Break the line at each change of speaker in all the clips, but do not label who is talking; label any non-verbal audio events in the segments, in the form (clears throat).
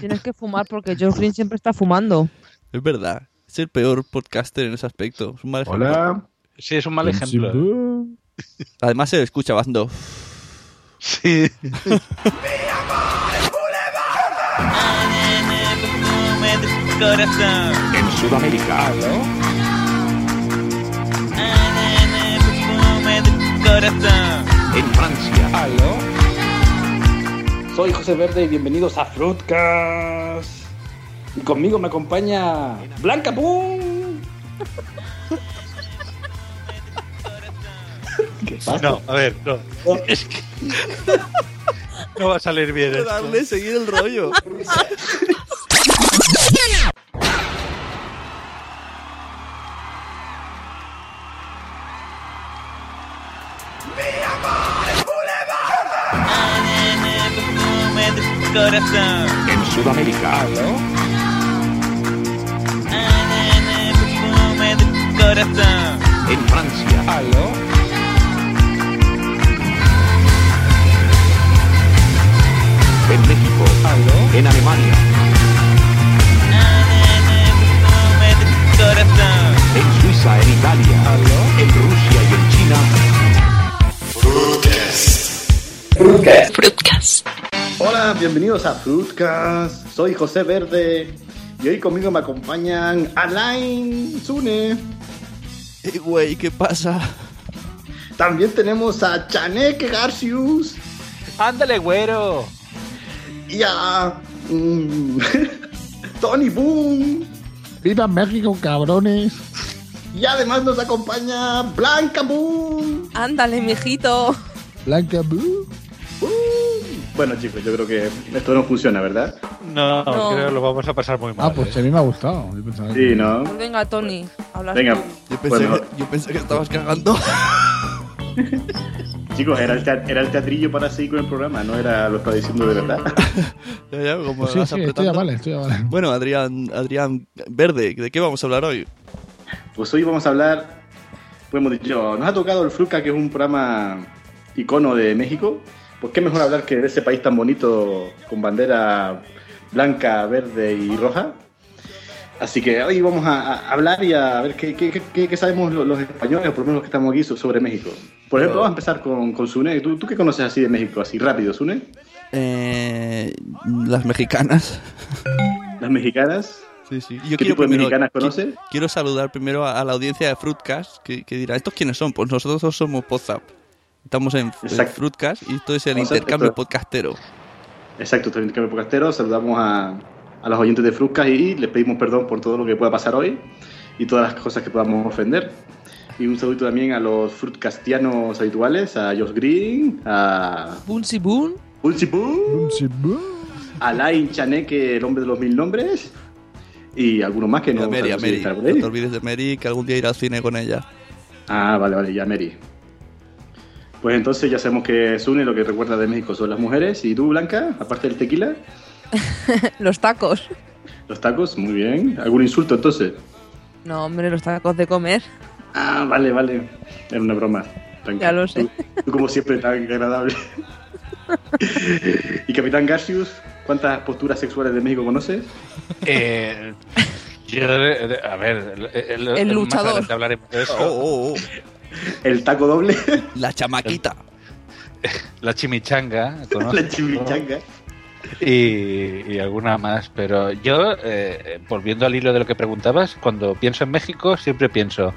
Tienes que fumar porque George Green siempre está fumando.
Es verdad. Es el peor podcaster en ese aspecto. Es un mal ejemplo.
Hola.
Sí, es un mal ejemplo.
Además se le escucha bando.
Sí.
En Sudamérica. En Francia.
Soy José Verde y bienvenidos a Fruitcast. Y conmigo me acompaña Blanca Pum. ¿Qué pasa?
No, a ver, no. Es que. No va a salir bien esto.
Darle, seguir el (laughs) rollo.
En Sudamérica. En Francia. En México. En Alemania. En Suiza, en Italia. En Rusia y en China.
Hola, bienvenidos a Fruitcast. Soy José Verde. Y hoy conmigo me acompañan Alain Zune.
Ey, güey, ¿qué pasa?
También tenemos a Chanek Garcius.
Ándale, güero.
Y a. mm, (laughs) Tony Boom.
¡Viva México, cabrones!
Y además nos acompaña Blanca Boom.
Ándale, mijito.
Blanca Blue.
Uh. Bueno, chicos, yo creo que esto no funciona, ¿verdad?
No,
No.
creo que lo vamos a pasar muy mal. eh.
Ah, pues a mí me ha gustado. Yo pensaba
Sí,
que-
¿no?
Venga, Tony. Hablas
Venga,
tú.
Yo pensé,
Bueno.
que, yo pensé que estabas cagando. (laughs)
chicos, era el, te- era el teatrillo para seguir con el programa, no era lo que estaba diciendo de verdad.
Ya, ya, como
Pues sí,
vas
sí, esto ya
apretando.
vale, esto ya vale.
Bueno, Adrián, Adrián Verde, ¿de qué vamos a hablar hoy?
Pues hoy vamos a hablar, pues hemos dicho, nos ha tocado el Fruca, que es un programa icono de México. Pues qué mejor hablar que de ese país tan bonito con bandera blanca, verde y roja. Así que hoy vamos a, a hablar y a ver qué, qué- qué- qué sabemos lo- los, españoles, o por lo menos los que estamos aquí, so- sobre México. Por
Claro.
ejemplo, vamos a empezar con, con Sune. ¿Tú, ¿Tú qué conoces así de México? Así rápido, Sune.
Eh, las mexicanas.
Las mexicanas.
Sí, sí.
¿Qué tipo de mexicanas conoces?
qui- Quiero saludar primero a, a la audiencia de Fruitcast, que, que dirá, ¿estos quiénes son? Pues nosotros somos Podzap. Estamos en, en
Exacto.
Fruitcast y esto es el
Exacto.
intercambio podcastero.
Exacto, también Cambio Podcastero. Saludamos a, a los oyentes de Fruscas y les pedimos perdón por todo lo que pueda pasar hoy y todas las cosas que podamos ofender. Y un saludo también a los frutcastianos habituales, a Josh Green, a
Boonsi Boon.
Ulchipú,
Bum, sí, bum.
a Lain Chaneque, el hombre de los mil nombres, y algunos más que
Y a
no
Mary, a
sabemos si
Mary.
estará por
No
ahí.
te olvides de Mary, que algún día irá al cine con ella.
Ah, vale, vale, ya Mary. Pues entonces ya sabemos que Sune lo que recuerda de México son las mujeres. ¿Y tú, Blanca? Aparte del tequila,
(laughs) Los tacos.
los tacos, muy bien. ¿Algún insulto entonces?
No, hombre, los tacos de comer.
Ah, vale, vale. Era una broma. Tranquilo.
Ya lo sé.
Tú, tú como siempre, tan agradable. y Capitán Garcius, ¿cuántas posturas sexuales de México conoces?
Eh, yo- a ver, el, el-
El
más
luchador.
adelante hablaremos de eso.
Oh, oh, oh.
El taco doble, (laughs)
La chamaquita.
La chimichanga,
(laughs) la
¿conoces?
chimichanga.
y, y alguna más. Pero yo, eh, volviendo al hilo de lo que preguntabas, cuando pienso en México, siempre pienso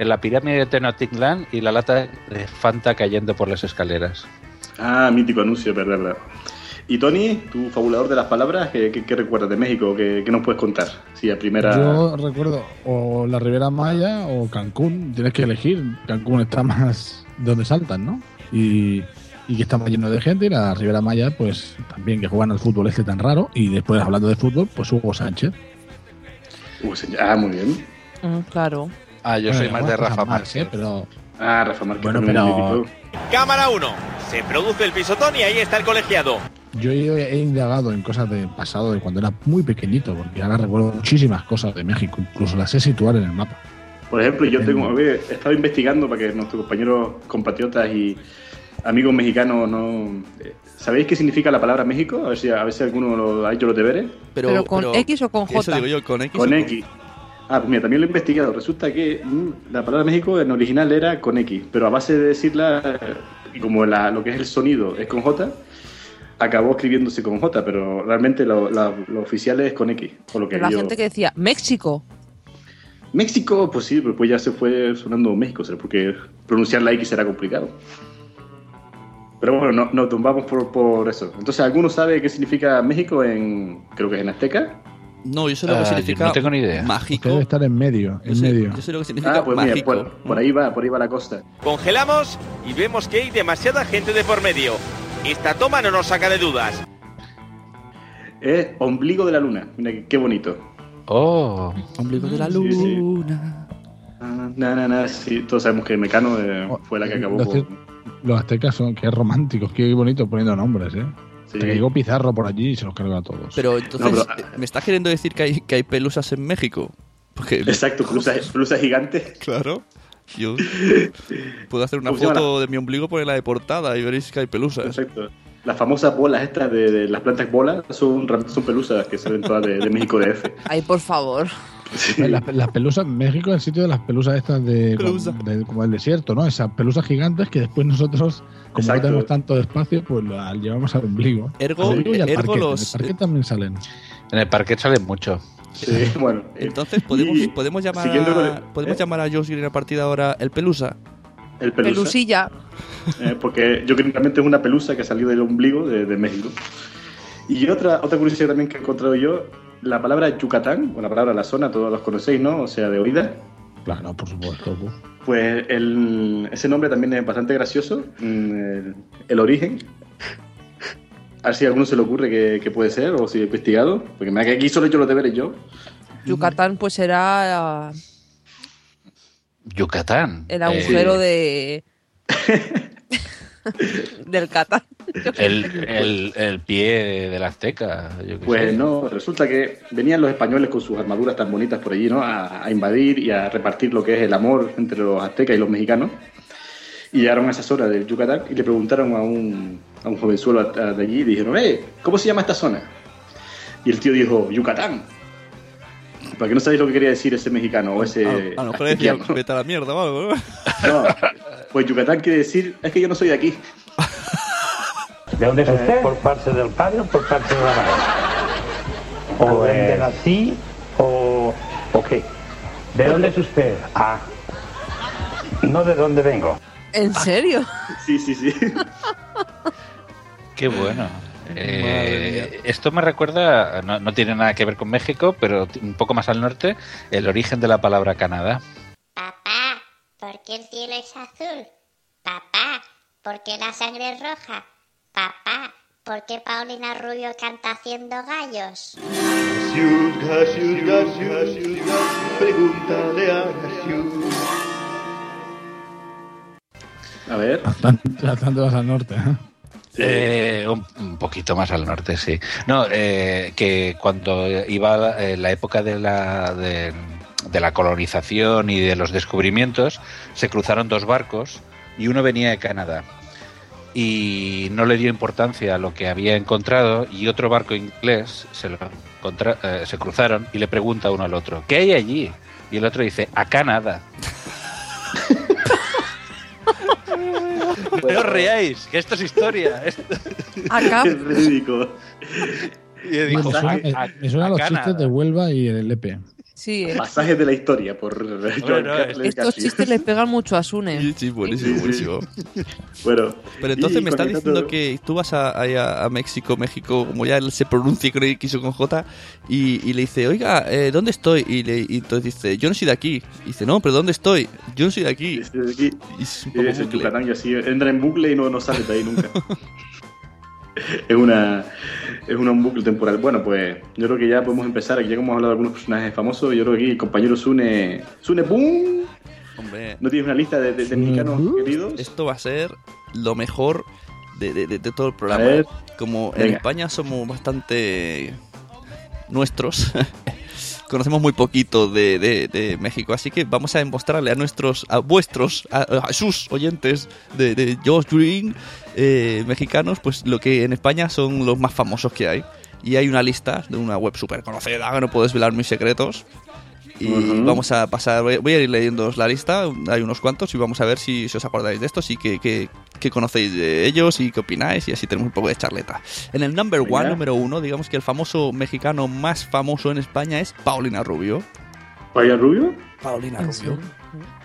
en la pirámide de Tenochtitlán y la lata de Fanta cayendo por las escaleras.
Ah, mítico anuncio, verdad, verdad. Y Tony, tu fabulador de las palabras, ¿qué, qué- qué recuerdas de México? ¿Qué, qué nos puedes contar? Sí, a primera.
Yo recuerdo o la Ribera Maya o Cancún. Tienes que elegir. Cancún está más de donde saltan, ¿no? Y, y que está más lleno de gente. Y la Ribera Maya, pues también que juegan al fútbol este tan raro. Y después, hablando de fútbol, pues Hugo Sánchez.
Uh, señor- ah, muy bien.
Mm, claro.
Ah, yo soy
Bueno,
más de
cosas
Rafa
más,
Márquez.
¿eh? Pero
Ah, Rafa Márquez.
Bueno,
también
pero-
mítico.
Cámara 1. Se produce el pisotón y ahí está el colegiado.
Yo he, he indagado en cosas del pasado, de cuando era muy pequeñito, porque ahora recuerdo muchísimas cosas de México, incluso las sé situar en el mapa.
Por ejemplo, yo tengo, a ver, he estado investigando para que nuestros compañeros compatriotas y amigos mexicanos, no. eh, ¿Sabéis qué significa la palabra México? A ver si, a ver si alguno lo, ha hecho los deberes.
Pero, con X o con J.
Eso digo yo, con X. o
Con X. Ah, pues mira, también lo he investigado. Resulta que mm, la palabra México en original era con X, pero a base de decirla, eh, y como la- lo que es el sonido es con J, acabó escribiéndose con J, pero realmente lo, la- lo oficial es con X. Por lo que
Pero la
yo-
gente que decía México.
México, pues sí, pues ya se fue sonando México, será porque pronunciar la X será complicado. Pero bueno, no- nos tumbamos por, por eso. Entonces, ¿alguno sabe qué significa México en, creo que es en Azteca?
No, yo sé lo
Ah,
que
yo
significa
no tengo ni idea.
Usted
mágico.
debe estar en medio,
yo,
en
sé,
medio.
yo sé lo que significa
Ah, pues mira,
mágico.
por, por ahí va, por ahí va la costa.
Congelamos y vemos que hay demasiada gente de por medio. Esta toma no nos saca de dudas.
Es ombligo de la luna, mira qué- qué bonito.
Oh,
Ombligo de la
Sí, sí.
luna.
Ah, Na, na, na, sí, todos sabemos que Mecano eh,
Oh,
fue la que acabó
lo
con...
cierto- Los aztecas son que románticos, qué bonito poniendo nombres, ¿eh?
sí.
Te llegó Pizarro por allí y se los cargó a todos.
Pero entonces,
No, pero-
eh, ¿me estás queriendo decir que hay, que hay pelusas en México? Porque,
Exacto, pelusa, pelusa gigante.
(laughs) claro, yo puedo hacer una
¿Cómo se llama
foto de mi ombligo, ponerla de portada y veréis que hay pelusas.
Exacto. Las famosas bolas estas de, de las plantas bolas son, ram- son pelusas que salen todas de, de México DF.
(laughs) Ay, por favor.
Pues Las, las pelusas, México es el sitio de las pelusas estas de,
Pelusa.
de- como el desierto, ¿no? Esas pelusas gigantes que después nosotros, como
Exacto.
no tenemos tanto espacio, pues las llevamos al ombligo.
Ah,
Ergo-
Al ombligo y al
ergo
parquet.
los-
En el parquet también salen.
en el parque salen mucho.
(laughs)
Sí, bueno. eh,
Entonces, ¿podemos,
Y-
podemos, llamar,
siguiendo con el-
a, ¿podemos
¿eh?
llamar a Josh Green a partir de ahora el pelusa?
El pelusa.
Pelusilla.
eh, porque yo creo que realmente es una pelusa que salió del ombligo de, de México. Y otra, otra curiosidad también que he encontrado yo, la palabra Yucatán, o la palabra la zona, todos los conocéis, ¿no? O sea, de oídas.
Claro, por supuesto. pues.
Pues el- ese nombre también es bastante gracioso. mm, El, el origen. A ver si a alguno se le ocurre que, que puede ser o si he investigado. Porque me da que aquí solo he hecho los deberes yo.
Yucatán, pues era ah,
Yucatán.
el
Eh,
agujero de. (laughs) del Catán.
(laughs)
El, el, el pie de la azteca. yo qué
Pues
sé.
no, resulta que venían los españoles con sus armaduras tan bonitas por allí, ¿no? A, a invadir y a repartir lo que es el amor entre los aztecas y los mexicanos. Y llegaron a esa zona del Yucatán y le preguntaron a un, a un jovenzuelo a- a- de allí y dijeron, eh, ¿cómo se llama esta zona? Y el tío dijo, Yucatán. Para que no sabéis lo que quería decir ese mexicano o ese...
A, a lo mejor decía,
azteciano.
vete a la mierda o algo, ¿no?
(laughs) No, pues Yucatán quiere decir, es que yo no soy de aquí. (laughs)
¿De dónde es usted? ¿Por parte del padre o por parte de la madre? ¿O
Pues-
de nací o, o qué?
Pues-
¿De dónde es usted? Ah, no de dónde vengo.
¿En serio?
Sí, sí, sí.
Qué bueno. Eh,
Madre mía.
esto me recuerda, no, no tiene nada que ver con México, pero un poco más al norte, el origen de la palabra Canadá.
Papá, ¿por qué el cielo es azul? Papá, ¿por qué la sangre es roja? Papá, ¿por qué Paulina Rubio canta haciendo gallos?
A ver.
Bastante, bastante más al norte. ¿eh?
Eh, un, un poquito más al norte, sí. No, eh, que cuando iba la- eh, la época de la, de, de la colonización y de los descubrimientos, se cruzaron dos barcos y uno venía de Canadá. Y no le dio importancia a lo que había encontrado y otro barco inglés se, lo encontra- eh, se cruzaron y le pregunta uno al otro, ¿qué hay allí? Y el otro dice, a Canadá. (laughs) No os reáis, que esto es historia.
Acá.
(laughs) Es ridículo.
Y he
Me
dicho,
suena,
"A-
me-
a-
me suena
a
eh, los
Canadá".
chistes de Huelva y el LP.
Sí, eh.
Pasajes de la historia por (laughs) Joan
no,
Carlos
Estos
García.
chistes le pegan mucho a Sune.
(laughs) Sí, sí, buenísimo,
Sí, sí.
buenísimo.
Bueno,
Pero entonces
y
me estás
conectando-
diciendo que tú vas a, ahí a- a México, México, como ya él se pronuncia con X o con J, y, y le dice, oiga, eh, ¿dónde estoy? Y, le, y entonces dice, yo no soy de aquí. Y dice, no, pero ¿dónde estoy? Yo no soy de aquí.
Este de aquí,
Y es un poco
es el
bucle.
Yucatán y así entra en bucle y no, no sale de ahí nunca. (laughs) es una es una- un bucle temporal. Bueno, pues yo creo que ya podemos empezar. Aquí ya como hemos hablado de algunos personajes famosos, yo creo que aquí el compañero Sune. Sune Boom.
Hombre,
¿No tienes una lista de, de- de mexicanos
Boom.
queridos?
esto va a ser lo mejor de, de- de- de todo el
A
programa.
ver,
Como en
Venga.
España somos bastante nuestros, (laughs) conocemos muy poquito de, de- de México, así que vamos a mostrarle a nuestros, a vuestros, a, a sus oyentes de, de Josh Green eh, mexicanos, pues lo que en España son los más famosos que hay. Y hay una lista de una web súper conocida, que no puedo desvelar mis secretos. Y
Ujú.
vamos a pasar, voy voy a ir leyendo la lista, hay unos cuantos, y vamos a ver si, si os acordáis de estos y qué qué- qué conocéis de ellos y qué opináis, y así tenemos un poco de charleta. En el number
Venga.
one, número uno, digamos que el famoso mexicano más famoso en España es Paulina Rubio.
¿Paulina Rubio?
Paulina Rubio.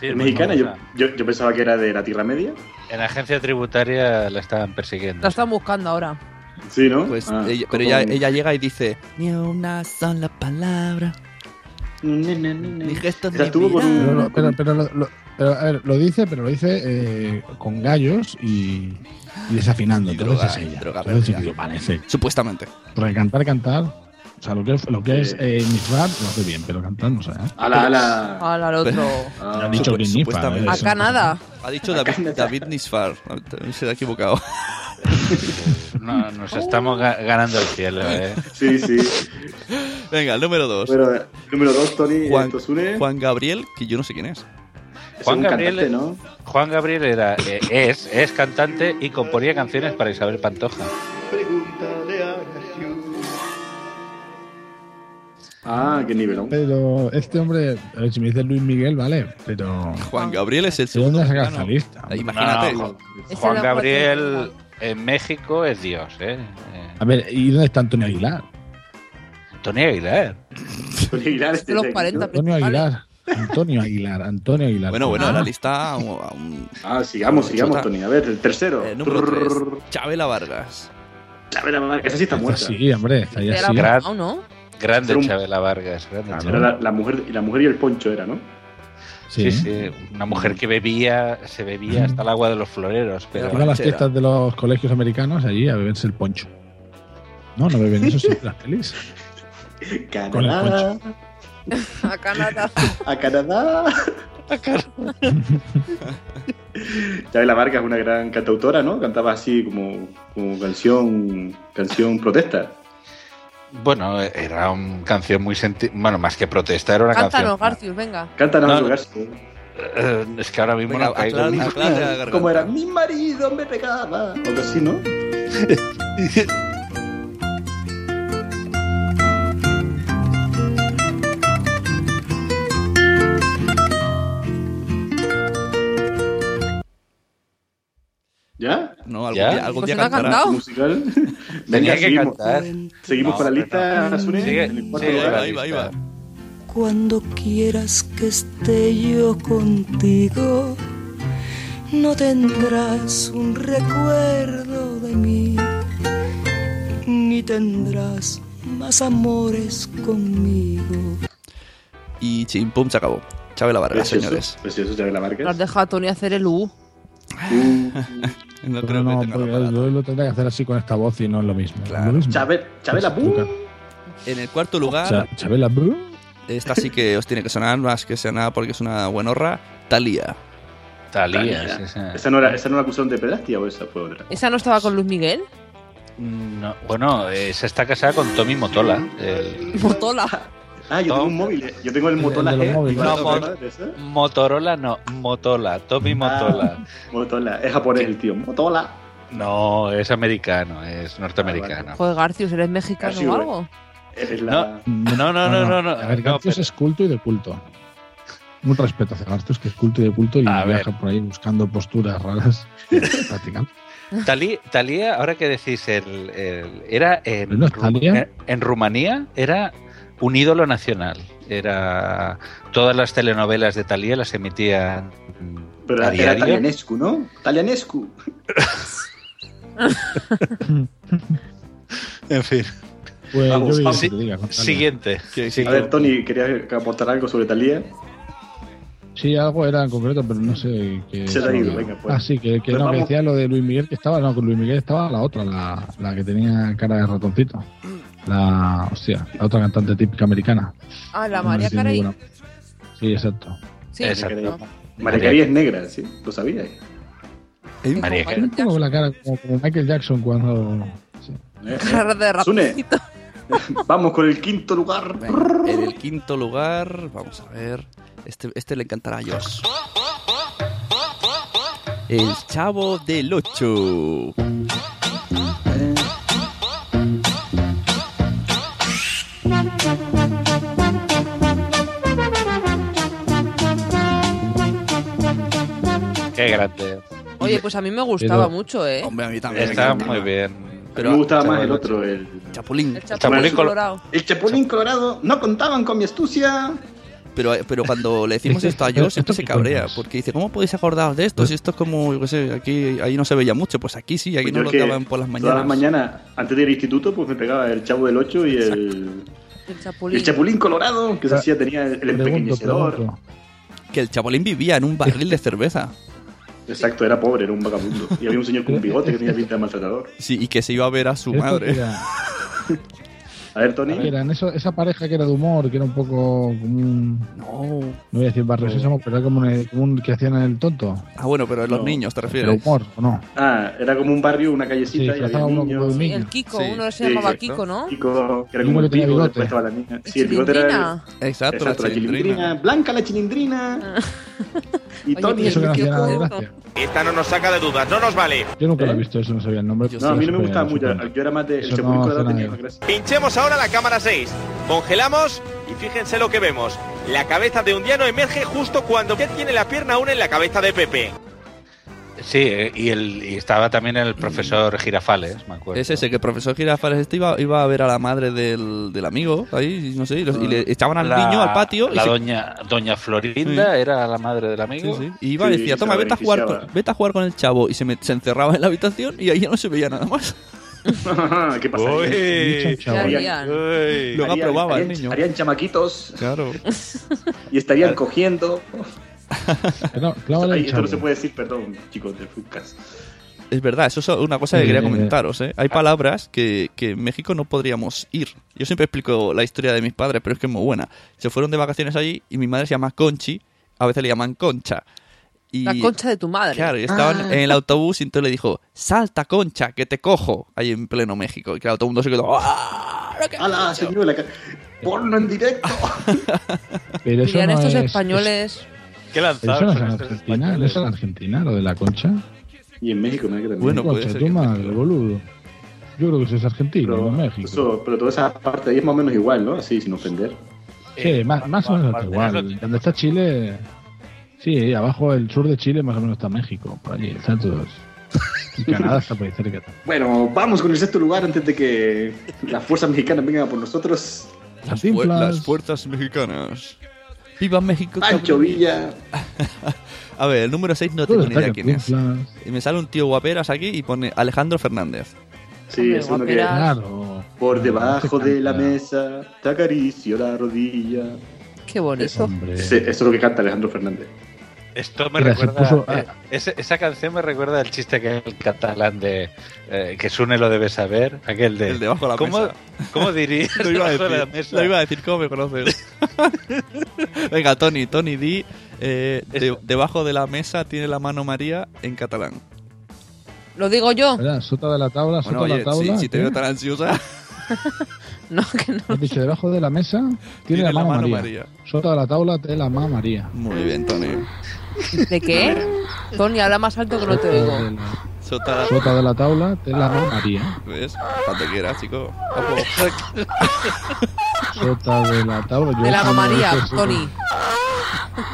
¿Es mexicana? Yo,
famosa.
yo, yo pensaba que era de la Tierra Media.
En la agencia tributaria la estaban persiguiendo.
La están buscando ahora.
Sí, ¿no?
Pues,
Ah,
ella- pero
como-
ella, ella llega y dice, ni una sola palabra,
Ne, ne, ne,
ni
ne.
gestos,
Esa
ni
estuvo con un-
mirada".
Pero, lo- pero, pero lo, lo- pero, a ver, lo dice, pero lo dice eh, con gallos y, y desafinando.
Y
Entonces
droga-
es ella.
y droga
Entonces
perdida.
digo, vale, sí.
Supuestamente.
Porque cantar, cantar. O sea, lo que, lo que es
Sí.
eh, mi rap lo hace bien, pero cantar no sé. ¿eh?
Ala, ala.
Ahora al otro.
Ah,
Han dicho
supu-
que ni fa,
supuestamente.
¿eh?
A
Eso.
Canadá.
Ha dicho David, David Nisfar. También Se ha equivocado.
No, nos estamos ga- ganando el
(laughs)
cielo, ¿eh?
Sí, sí.
Venga, el número dos.
Bueno, eh, número dos, Tony,
Juan,
esto une.
Juan Gabriel, que yo no sé quién es.
Juan
un
Gabriel-
cantante, ¿no?
Juan Gabriel era, eh, es, es cantante y componía canciones para Isabel Pantoja.
Ah, qué nivelón.
Pero este hombre, a ver, si me dice Luis Miguel, vale, pero.
Juan Gabriel es el
¿De
segundo.
dónde has sacado esta
mexicano.
lista?
Ah, Imagínate.
No,
Ese
Juan
era
Gabriel en México es Dios, ¿eh? Eh,
A ver, ¿y dónde está Antonio Aguilar?
Tony Aguilar.
(laughs) Tony Aguilar, este
De los
es el-
40
Antonio
principales.
Aguilar. Antonio Aguilar, Antonio Aguilar.
Bueno, bueno,
Ah,
la lista. um, um,
Ah, sigamos, sigamos,
Chuta.
Tony. A ver, el tercero.
eh, número
Trrr.
3. Chabela Vargas.
A ver, a ver, esa sí está
esta
muerta.
Sí, hombre, está ya
Era
sí.
Gran-
abogado, ¿no?
Grande
Era un-
Chabela Vargas. grande
Claro.
Ah, Era
Chabela.
la, la mujer, y la mujer y el poncho era, ¿no?
Sí, sí, una mujer que bebía, se bebía hasta el agua de los floreros. Pero
Iban a las
Ranchera.
fiestas de los colegios americanos allí a beberse el poncho. No, no beben eso sí, las pelis. Con el
Canadá.
poncho.
A Canadá.
A Canadá. (laughs) Ya la Vargas es una gran cantautora, ¿no? Cantaba así como, como canción canción protesta.
Bueno, era una canción muy senti bueno, más que protesta, era una
Cántanos,
canción.
Garcius, venga.
Cántanos
No,
algo,
no.
Garci.
Eh, es que ahora mismo
Venga,
no caigo.
aclara- aclara la garganta.
Como era, mi marido me pegaba. Algo así, ¿no? (laughs) ¿Ya?
No, algún
¿Ya?
día, algún
Pues
día
no ha
cantará.
cantado. Oh.
(laughs)
Musical.
Tenía
Venga,
que
seguimos.
cantar.
Seguimos
No,
con la
hombre,
lista, Sune.
Sigue,
en el cuarto
sigue
lugar.
la
ahí va, ahí va.
lista.
Cuando quieras que esté yo contigo, no tendrás un recuerdo de mí, ni tendrás más amores conmigo.
Y chim, pum, se acabó. Chabela Vargas,
Precioso,
señores.
Precioso, ya la marca.
Nos deja a Tony hacer el U.
Uh.
No creo
Pero
que
no,
tenga
pues,
nada.
yo lo tendría que hacer así con esta voz y no es lo mismo.
Claro.
¿No es lo mismo?
Chave- Chabela Bu.
En el cuarto
O
lugar,
sea, Chabela Bu.
esta sí que os tiene que sonar más que sea nada porque es una buenorra. Talía.
Talía,
Talía.
sí, sí.
¿Esa no, era, ¿Esa no era acusación de pedastia o esa fue otra?
¿Esa no estaba con Luis Miguel?
No, bueno, eh, se está casada con Tommy Motola.
(laughs)
el
Motola.
Ah, yo tengo un móvil. eh. Yo tengo el Motola
el de los
G.
móviles.
¿Vale,
No,
vale, vale, esa?
Motorola no, Motola,
Ah.
Tommy Motola.
Motola. Es japonés el tío. Motola.
No, es americano, es norteamericano.
Ah,
Joder, Garcius, ¿eres mexicano
Garcius,
o algo?
Es la...
No, no, no, no, no.
A ver,
no,
Garcius
pero-
es culto y de culto. Un respeto hacia Garcius, que es culto y de culto y
A ver.
viaja por ahí buscando posturas raras. practicando.
Talí- Talía, ahora que decís, el, el- era en,
¿No es Talía?
en- en Rumanía, era un ídolo nacional. Era todas las telenovelas de Talía las emitían mm,
Pero
a
era, era
diario.
Talianescu, ¿no? Talianescu.
En fin.
Pues
Vamos,
yo diría
vamos.
que te diga, Gonzalo.
Siguiente.
A ver, Tony, ¿querías que aportar algo sobre Talía?
Sí, algo era en concreto, pero no sé qué.
Se te ha ido, venga, pues.
Ah, sí, que, que
Pues
no, que
vamos.
decía lo de Luis Miguel que estaba, no, con Luis Miguel estaba la otra, la, la que tenía cara de ratoncito. La, hostia, la otra cantante típica americana.
Ah, la
No
María
sé si
Carey.
ninguna. Sí, exacto.
Sí,
Exacto.
¿no?
Maricaría es negra, ¿sí? Lo sabía. ¿eh?
Eh,
María
Como
Tiene un poco la cara como, como Michael Jackson cuando. sí.
Jackson. (laughs) Cara de
Sune.
ratoncito.
Eh, Vamos con el quinto lugar.
En el quinto lugar, vamos a ver. Este, este le encantará a Josh. El Chavo del Ocho.
Qué grande.
Oye, pues a mí me gustaba
Pero-
mucho, ¿eh?
Hombre, a mí
Está muy bien.
me gustaba más el otro, el
Chapulín.
El Chapulín Chapulín Colorado.
El Chapulín Colorado. No contaban con mi astucia.
Pero, pero cuando le decimos esto a Josh, siempre se cabrea. Porque dice, ¿cómo podéis acordaros de esto? Si esto es como, yo qué sé, aquí ahí no se veía mucho. Pues aquí sí, aquí
Pues
no
yo
lo
es que
daban por las mañanas.
Todas las mañanas, antes de ir al instituto, pues me pegaba el Chavo del 8 y el,
El Chapulín.
el Chapulín Colorado, que se hacía, tenía el, el empequeñecedor.
Que el Chapulín vivía en un barril de cerveza.
Exacto, era pobre, era un vagabundo. Y había un señor con un bigote que tenía pinta de maltratador.
Sí, y que se iba a ver a su
Esto
madre.
era-
A ver, Tony.
que eran eso, esa pareja que era de humor, que era un poco como un-
No.
No voy a decir barrio sésamo, pero era como un, como un que hacían el tonto.
Ah, bueno, pero los
No.
niños, ¿te
Pero
refieres?
humor, ¿o no?
Ah, era como un barrio, una callecita
Sí,
y había
trataba uno como
niños.
de un niño.
El Kiko,
Sí,
uno se
sí,
llamaba
exacto.
Kiko, ¿no?
Kiko, que era
Niño
como
que
el
tenía
pico,
bigote.
después estaba la niña.
El
Sí, el bigote era.
Chilindrina.
el-
Exacto,
Exacto, la chilindrina. Blanca la chilindrina.
(laughs)
Y
Oye,
Tony.
¿y
Eso que no hacía nada de
Kiko?
gracia.
Esta no nos saca de dudas, no nos vale.
Yo nunca lo he
¿Eh?
visto, eso no sabía el nombre.
Yo
No, a mí no me
Pero
gustaba
supongo.
mucho. Yo era más de. El
Eso
Chapulín
no hace
Colorado tenía
nadie.
más (laughs) gracia.
Pinchemos ahora la cámara 6. Congelamos y fíjense lo que vemos. La cabeza de un diano emerge justo cuando que tiene la pierna aún en la cabeza de Pepe.
Sí, eh, y, el, y estaba también el profesor Girafales, me acuerdo.
Es ese, que el profesor Girafales este iba, iba a ver a la madre del, del amigo, ahí, no sé, y, los- y le echaban al
Ah. La-
niño al patio y
La
se-
doña, doña Florinda era la madre del amigo.
Sí, sí. Y iba y
Sí,
decía,
se
toma,
la
vete a, jugar
beneficiaba.
con, vete a jugar con el chavo. Y se, me- se encerraba en la habitación y ahí ya no se veía nada más.
Ah, ¿Qué pasa?
¡Eh!
Mucho
¿Qué
chavo.
harían?
Lo
Harían-
aprobaba el
harían-
niño.
Harían chamaquitos
Claro.
y estarían cogiendo.
Claro, claro,
Ay,
el
esto no
chavo.
se puede decir, perdón, chicos de Frucas.
Es verdad, eso es una cosa que
Eh,
quería
eh,
comentaros. ¿eh? Hay palabras que, que en México no podríamos ir. Yo siempre explico la historia de mis padres, pero es que es muy buena. Se fueron de vacaciones allí y mi madre se llama Conchi, a veces le llaman Concha. Y,
La concha de tu madre.
Claro, y estaban en el autobús y entonces le dijo, salta Concha, que te cojo, ahí en pleno México. Y claro, todo el mundo se quedó, ¡ah! lo que has
¡Hala,
hecho".
señora! la ca- ¡Porno en directo!
Pero eso
Dirían
no
estos
es-
españoles.
¿Qué
Eso
lanzados
no es
son
en
estos
Argentina, ¿no es en
españoles?
Argentina lo de la concha?
Y en México, me que también.
Bueno, puede
concha,
ser
tu
que-
madre, boludo. Yo creo que eso es argentino,
pero,
no México.
eso- pero toda esa parte ahí es más o menos igual, ¿no? Así, sin ofender.
eh,
Sí, más, más o menos
Más-
igual. Donde está Chile. Sí, abajo el sur de Chile, más o menos está México. Por allí, están todos.
(laughs)
Y Canadá está por ahí cerca.
Bueno, vamos con el sexto lugar antes de que las fuerzas mexicanas vengan a por nosotros.
Las,
Cantinflas.
fu- las fuerzas mexicanas. ¡Viva México!
Pancho
cabrón!
Villa.
A ver, el número 6 no
Todo
tengo ni
está
idea quién es.
Cantinflas.
Y me sale un tío guaperas aquí y pone Alejandro Fernández.
Sí,
Hombre,
es uno que.
guapera.
Claro.
Por debajo
Este
de la
canta.
mesa, te acaricio la rodilla.
Qué bonito.
Hombre.
Sí, eso es lo que canta Alejandro Fernández.
Esto me
Mira, se
recuerda.
puso-
eh,
ah.
ese- esa canción me recuerda el chiste que el catalán de. eh, que Sune lo debe saber. Aquel de.
El debajo de la
¿Cómo,
mesa.
¿Cómo dirías?
(laughs) Lo iba a
debajo de la
decir,
mesa?
lo iba a decir, ¿cómo me conoces? (laughs) Venga, Tony, Tony, di. eh, de- debajo de la mesa tiene la mano María en catalán.
¿Lo digo yo?
Espera, Sota de la tabla, sota
Bueno,
de
oye,
la tabla.
si, si te
¿qué?
veo tan ansiosa,
(laughs) No, que no.
Has dicho, debajo de la mesa
(laughs)
tiene, la mano María. Sota de la tabla te la mano María.
Muy bien, Tony.
¿De qué?
(laughs)
Tony, habla más alto que no te
Sota
oigo.
de la-
Sota,
Sota de la tabla te la mano María.
¿ves? Cuando quieras, chico. Ojo.
Sota de la tabla. yo
De la
cuando
mamaría,
dije eso,
Tony.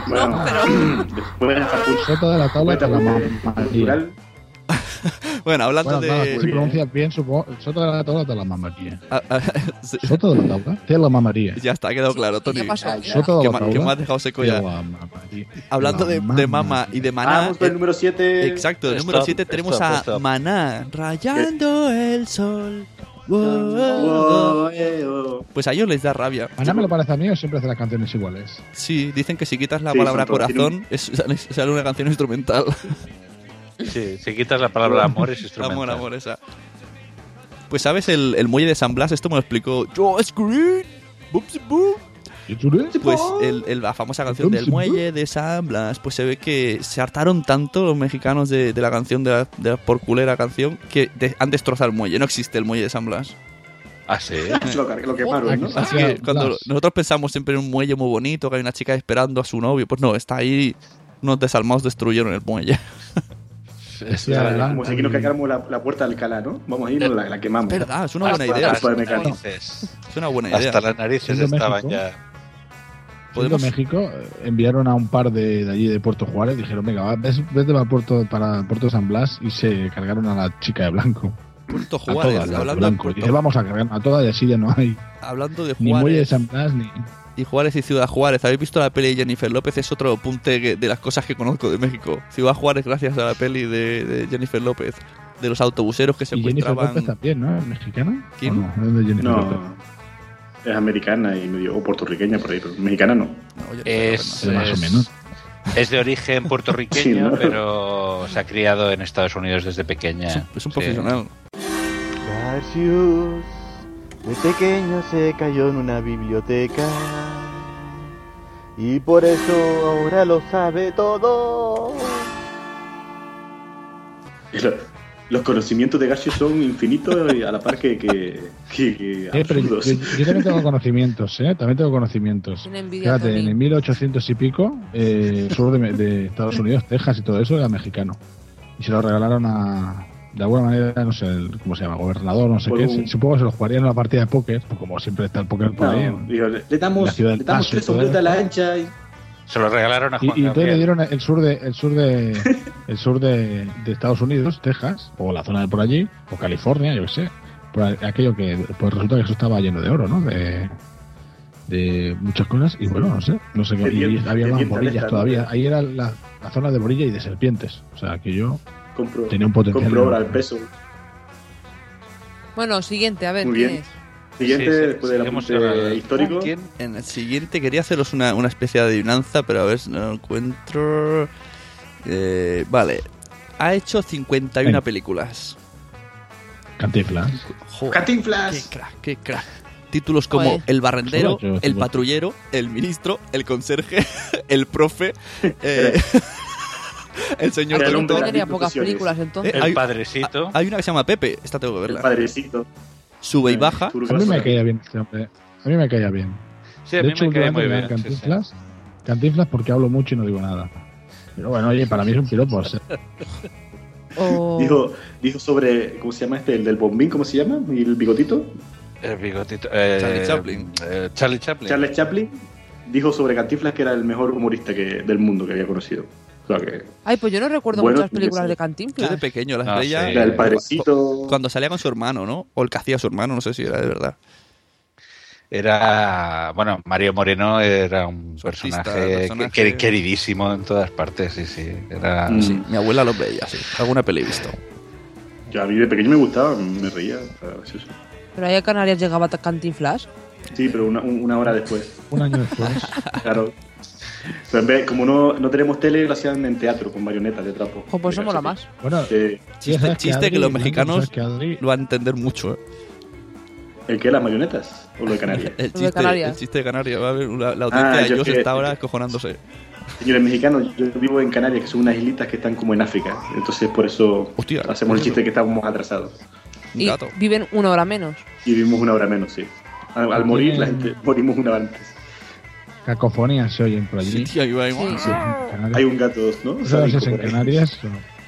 Bueno,
pero-
(clears throat) después de esa cultura-
Sota de la tabla te la mano María.
cultural,
Bueno, pues. hablando
Bueno, nada,
de.
si pronuncias bien, supongo. Sota de la tabla te la mamaría.
Ah, ah, (laughs) sí,
Sota de la tabla te la mamaría.
ya está, ha quedado claro, Tony.
¿Qué pasa?
Sota de
Que
la
ma-
tabla.
que me has dejado seco ya.
te la mamaría.
Hablando
La
de, de mama y de maná.
Vamos con el
eh,
número 7.
Exacto, el
Stop,
número 7 tenemos
stop,
a
stop.
Maná. Rayando el sol. Wow, wow. Pues a ellos les da rabia.
Maná me lo parece a mí o siempre hace las canciones iguales.
Sí, dicen que si quitas la
Sí,
palabra
son todos,
corazón, es, (laughs) sale una canción instrumental.
Sí, si quitas la palabra amor es instrumental.
amor, amor, esa. Pues sabes, el, el muelle de San Blas, esto me lo explicó Josh Green. Bupsi bup.
¿Y tú le?
Pues el, el- la famosa canción del muelle de San Blas, pues se ve que se hartaron tanto los mexicanos de, de la canción, de la, de la porculera canción, que de- han destrozado el muelle. No existe el muelle de San Blas.
Ah, sí.
Lo, lo
Ah,
quemaron, ¿no?
Así
Eh,
que cuando nosotros pensamos siempre en un muelle muy bonito, que hay una chica esperando a su novio, pues no, está ahí. Unos desalmados destruyeron el muelle. (laughs)
O sea, como si aquí nos cargáramos la, la puerta de Alcalá, ¿no? Vamos a ir, la, la quemamos.
Es verdad, es una buena idea.
Después de Mecano.
Es una buena idea.
Hasta las narices
Siendo
estaban
México.
ya.
Podemos... México eh, enviaron a un par de, de allí de Puerto Juárez, dijeron, venga, va, ves- vete para Puerto, para Puerto San Blas y se cargaron a la chica de
(laughs)
blanco.
Puerto
A
Juárez,
todas, las de
hablando, de
blanco. Y dice,
Puerto-
vamos a cargar a todas y así ya no hay
hablando de
ni muelle de
Juárez.
San Blas ni...
Y Juárez y Ciudad Juárez. ¿Habéis visto la peli de Jennifer López? Es otro apunte que- de las cosas que conozco de México. Ciudad Juárez, gracias a la peli de, de Jennifer López. De los autobuseros que
Y Jennifer
secuestraban.
López también, ¿no? ¿Es mexicana?
¿Quién?
¿O no? ¿Es de Jennifer López?
No, es americana y medio, o puertorriqueña por ahí, pero mexicana no.
No, Jennifer
Es, eh,
López no.
más o
es-
menos.
es de origen puertorriqueño,
(laughs) Sí, ¿no?
pero se ha criado en Estados Unidos
Es
desde
un,
pequeña.
es un
Sí.
profesional.
Garcius, de pequeño se cayó en una biblioteca y por eso ahora lo sabe todo.
Es lo- Los conocimientos de Garcio son infinitos y a la par que, que, que- que
Eh, pero yo,
absurdos.
yo- yo también tengo conocimientos, ¿eh? También tengo conocimientos.
Tiene envidia,
Fíjate, en
Tony.
el 1800 y pico, eh, el sur de, de Estados Unidos, Texas y todo eso era mexicano. Y se lo regalaron a, de alguna manera, no sé, el- ¿cómo se llama? Gobernador, no sé
Por
qué.
un-
Se- Supongo que se lo jugarían en una partida de póker, pues como siempre está el póker por ahí.
No,
en-
digo, le
La
damos,
ciudad del
le damos
Paso,
tres
todo
ombletas a la
eso.
ancha y
Se lo regalaron a
Y,
Juan
y entonces le
Gabriel.
dieron el sur de el sur de el sur de, de Estados Unidos, Texas, o la zona de por allí, o California, yo qué sé, por a- aquello que pues resulta que eso estaba lleno de oro, ¿no? De, de muchas cosas y bueno, no sé, no sé qué
De
y
dien-
había
de
más
dientes
borillas
alejas, ¿no?
todavía. Ahí era la, la zona de borilla y de serpientes, o sea, que yo
compro,
tenía un potencial.
compro obra al
enorme.
peso.
Bueno, siguiente, a ver,
Muy
¿quién
bien.
es?
Siguiente,
Sí, sí,
después del
seguimos
apunte
ahora.
histórico.
¿Quién?
En el siguiente quería haceros una, una especie de adivinanza, pero a ver si no lo encuentro. Eh, vale. Ha hecho 51
Venga.
películas.
Cantinflas.
Joder. Qué
Catinflas.
crack, qué crack. Títulos como
Joder.
El Barrendero,
Solo yo,
El
solo.
Patrullero, El Ministro, El Conserje, (laughs) El Profe, eh, (laughs) El Señor
Era el hombre
Yo
Doctor.
de las
tenía
mil
pocas
profesiones.
películas entonces.
Eh, hay-
El padrecito.
ah,
Hay una que se llama Pepe, esta tengo que
El
verla.
padrecito.
Sube y
Eh,
baja.
A
Turgaso.
mí me caía bien este hombre. A mí me caía bien.
Sí, a
de
mí
hecho,
me cae
últimamente
muy
me
bien.
dan
sí, sí.
Cantinflas, Cantinflas porque hablo mucho y no digo nada. Pero bueno, oye, para mí es un piropo. o sea,
Eh,
O...
Dijo, dijo sobre, ¿cómo se llama este? El del bombín, ¿cómo se llama? Y el bigotito.
El bigotito. eh,
Charlie Chaplin.
eh, Charlie Chaplin.
Charles Chaplin dijo sobre Cantinflas que era el mejor humorista que, del mundo que había conocido. O sea, que
Ay, pues yo no recuerdo
Bueno,
muchas
yo
películas de
sé.
Yo de
Cantinflas.
pequeño las
Ah,
veía.
sí.
era el padrecito.
Cuando salía con su hermano, ¿no? O el que hacía su hermano, no sé si era de verdad.
Era. Bueno, Mario Moreno era un
Su artista,
personaje,
personaje.
que- que- queridísimo en todas partes. Sí, sí. Era.
Mm.
ah, Sí, mi abuela los veía, sí. Alguna peli he visto.
Yo Mm, a mí de pequeño me gustaba, me reía. o sea, sí, sí.
Pero ahí a Canarias llegaba ta- Cantinflas.
Sí, pero una, un- una
(laughs)
hora después,
un año
(laughs)
después.
claro. Pero en vez, como no, no tenemos tele, lo hacían en teatro, con marionetas de trapo.
O pues eso mola más.
Bueno,
Eh,
ya
Chiste,
sabes
chiste que,
Adri-
los
Blanca,
mexicanos
sabes que Adri-
lo van a entender mucho, ¿eh?
¿El qué? ¿Las marionetas? ¿O lo
(laughs)
de Canarias?
El
de
chiste,
Canarias.
el chiste de Canarias. Va a haber una- la audiencia
Ah,
de
yo
ellos
que-
está ahora escojonándose.
Señores mexicanos, yo vivo en Canarias, que son unas islitas que están como en África. Entonces, por eso
Hostia,
hacemos el
¿qué
chiste que estamos atrasados.
Un
Y
gato.
viven una hora menos.
Y vivimos una hora menos, sí. Al, al morir, la gente morimos una hora antes.
Cacofonías se oyen por
Sí,
allí.
tío, ahí va, ahí va.
Sí.
Sí, en Canarias.
Ah. Hay un gato,
Eso
¿no?
no sé si
Sádico
en
por ahí.
Canarias. o-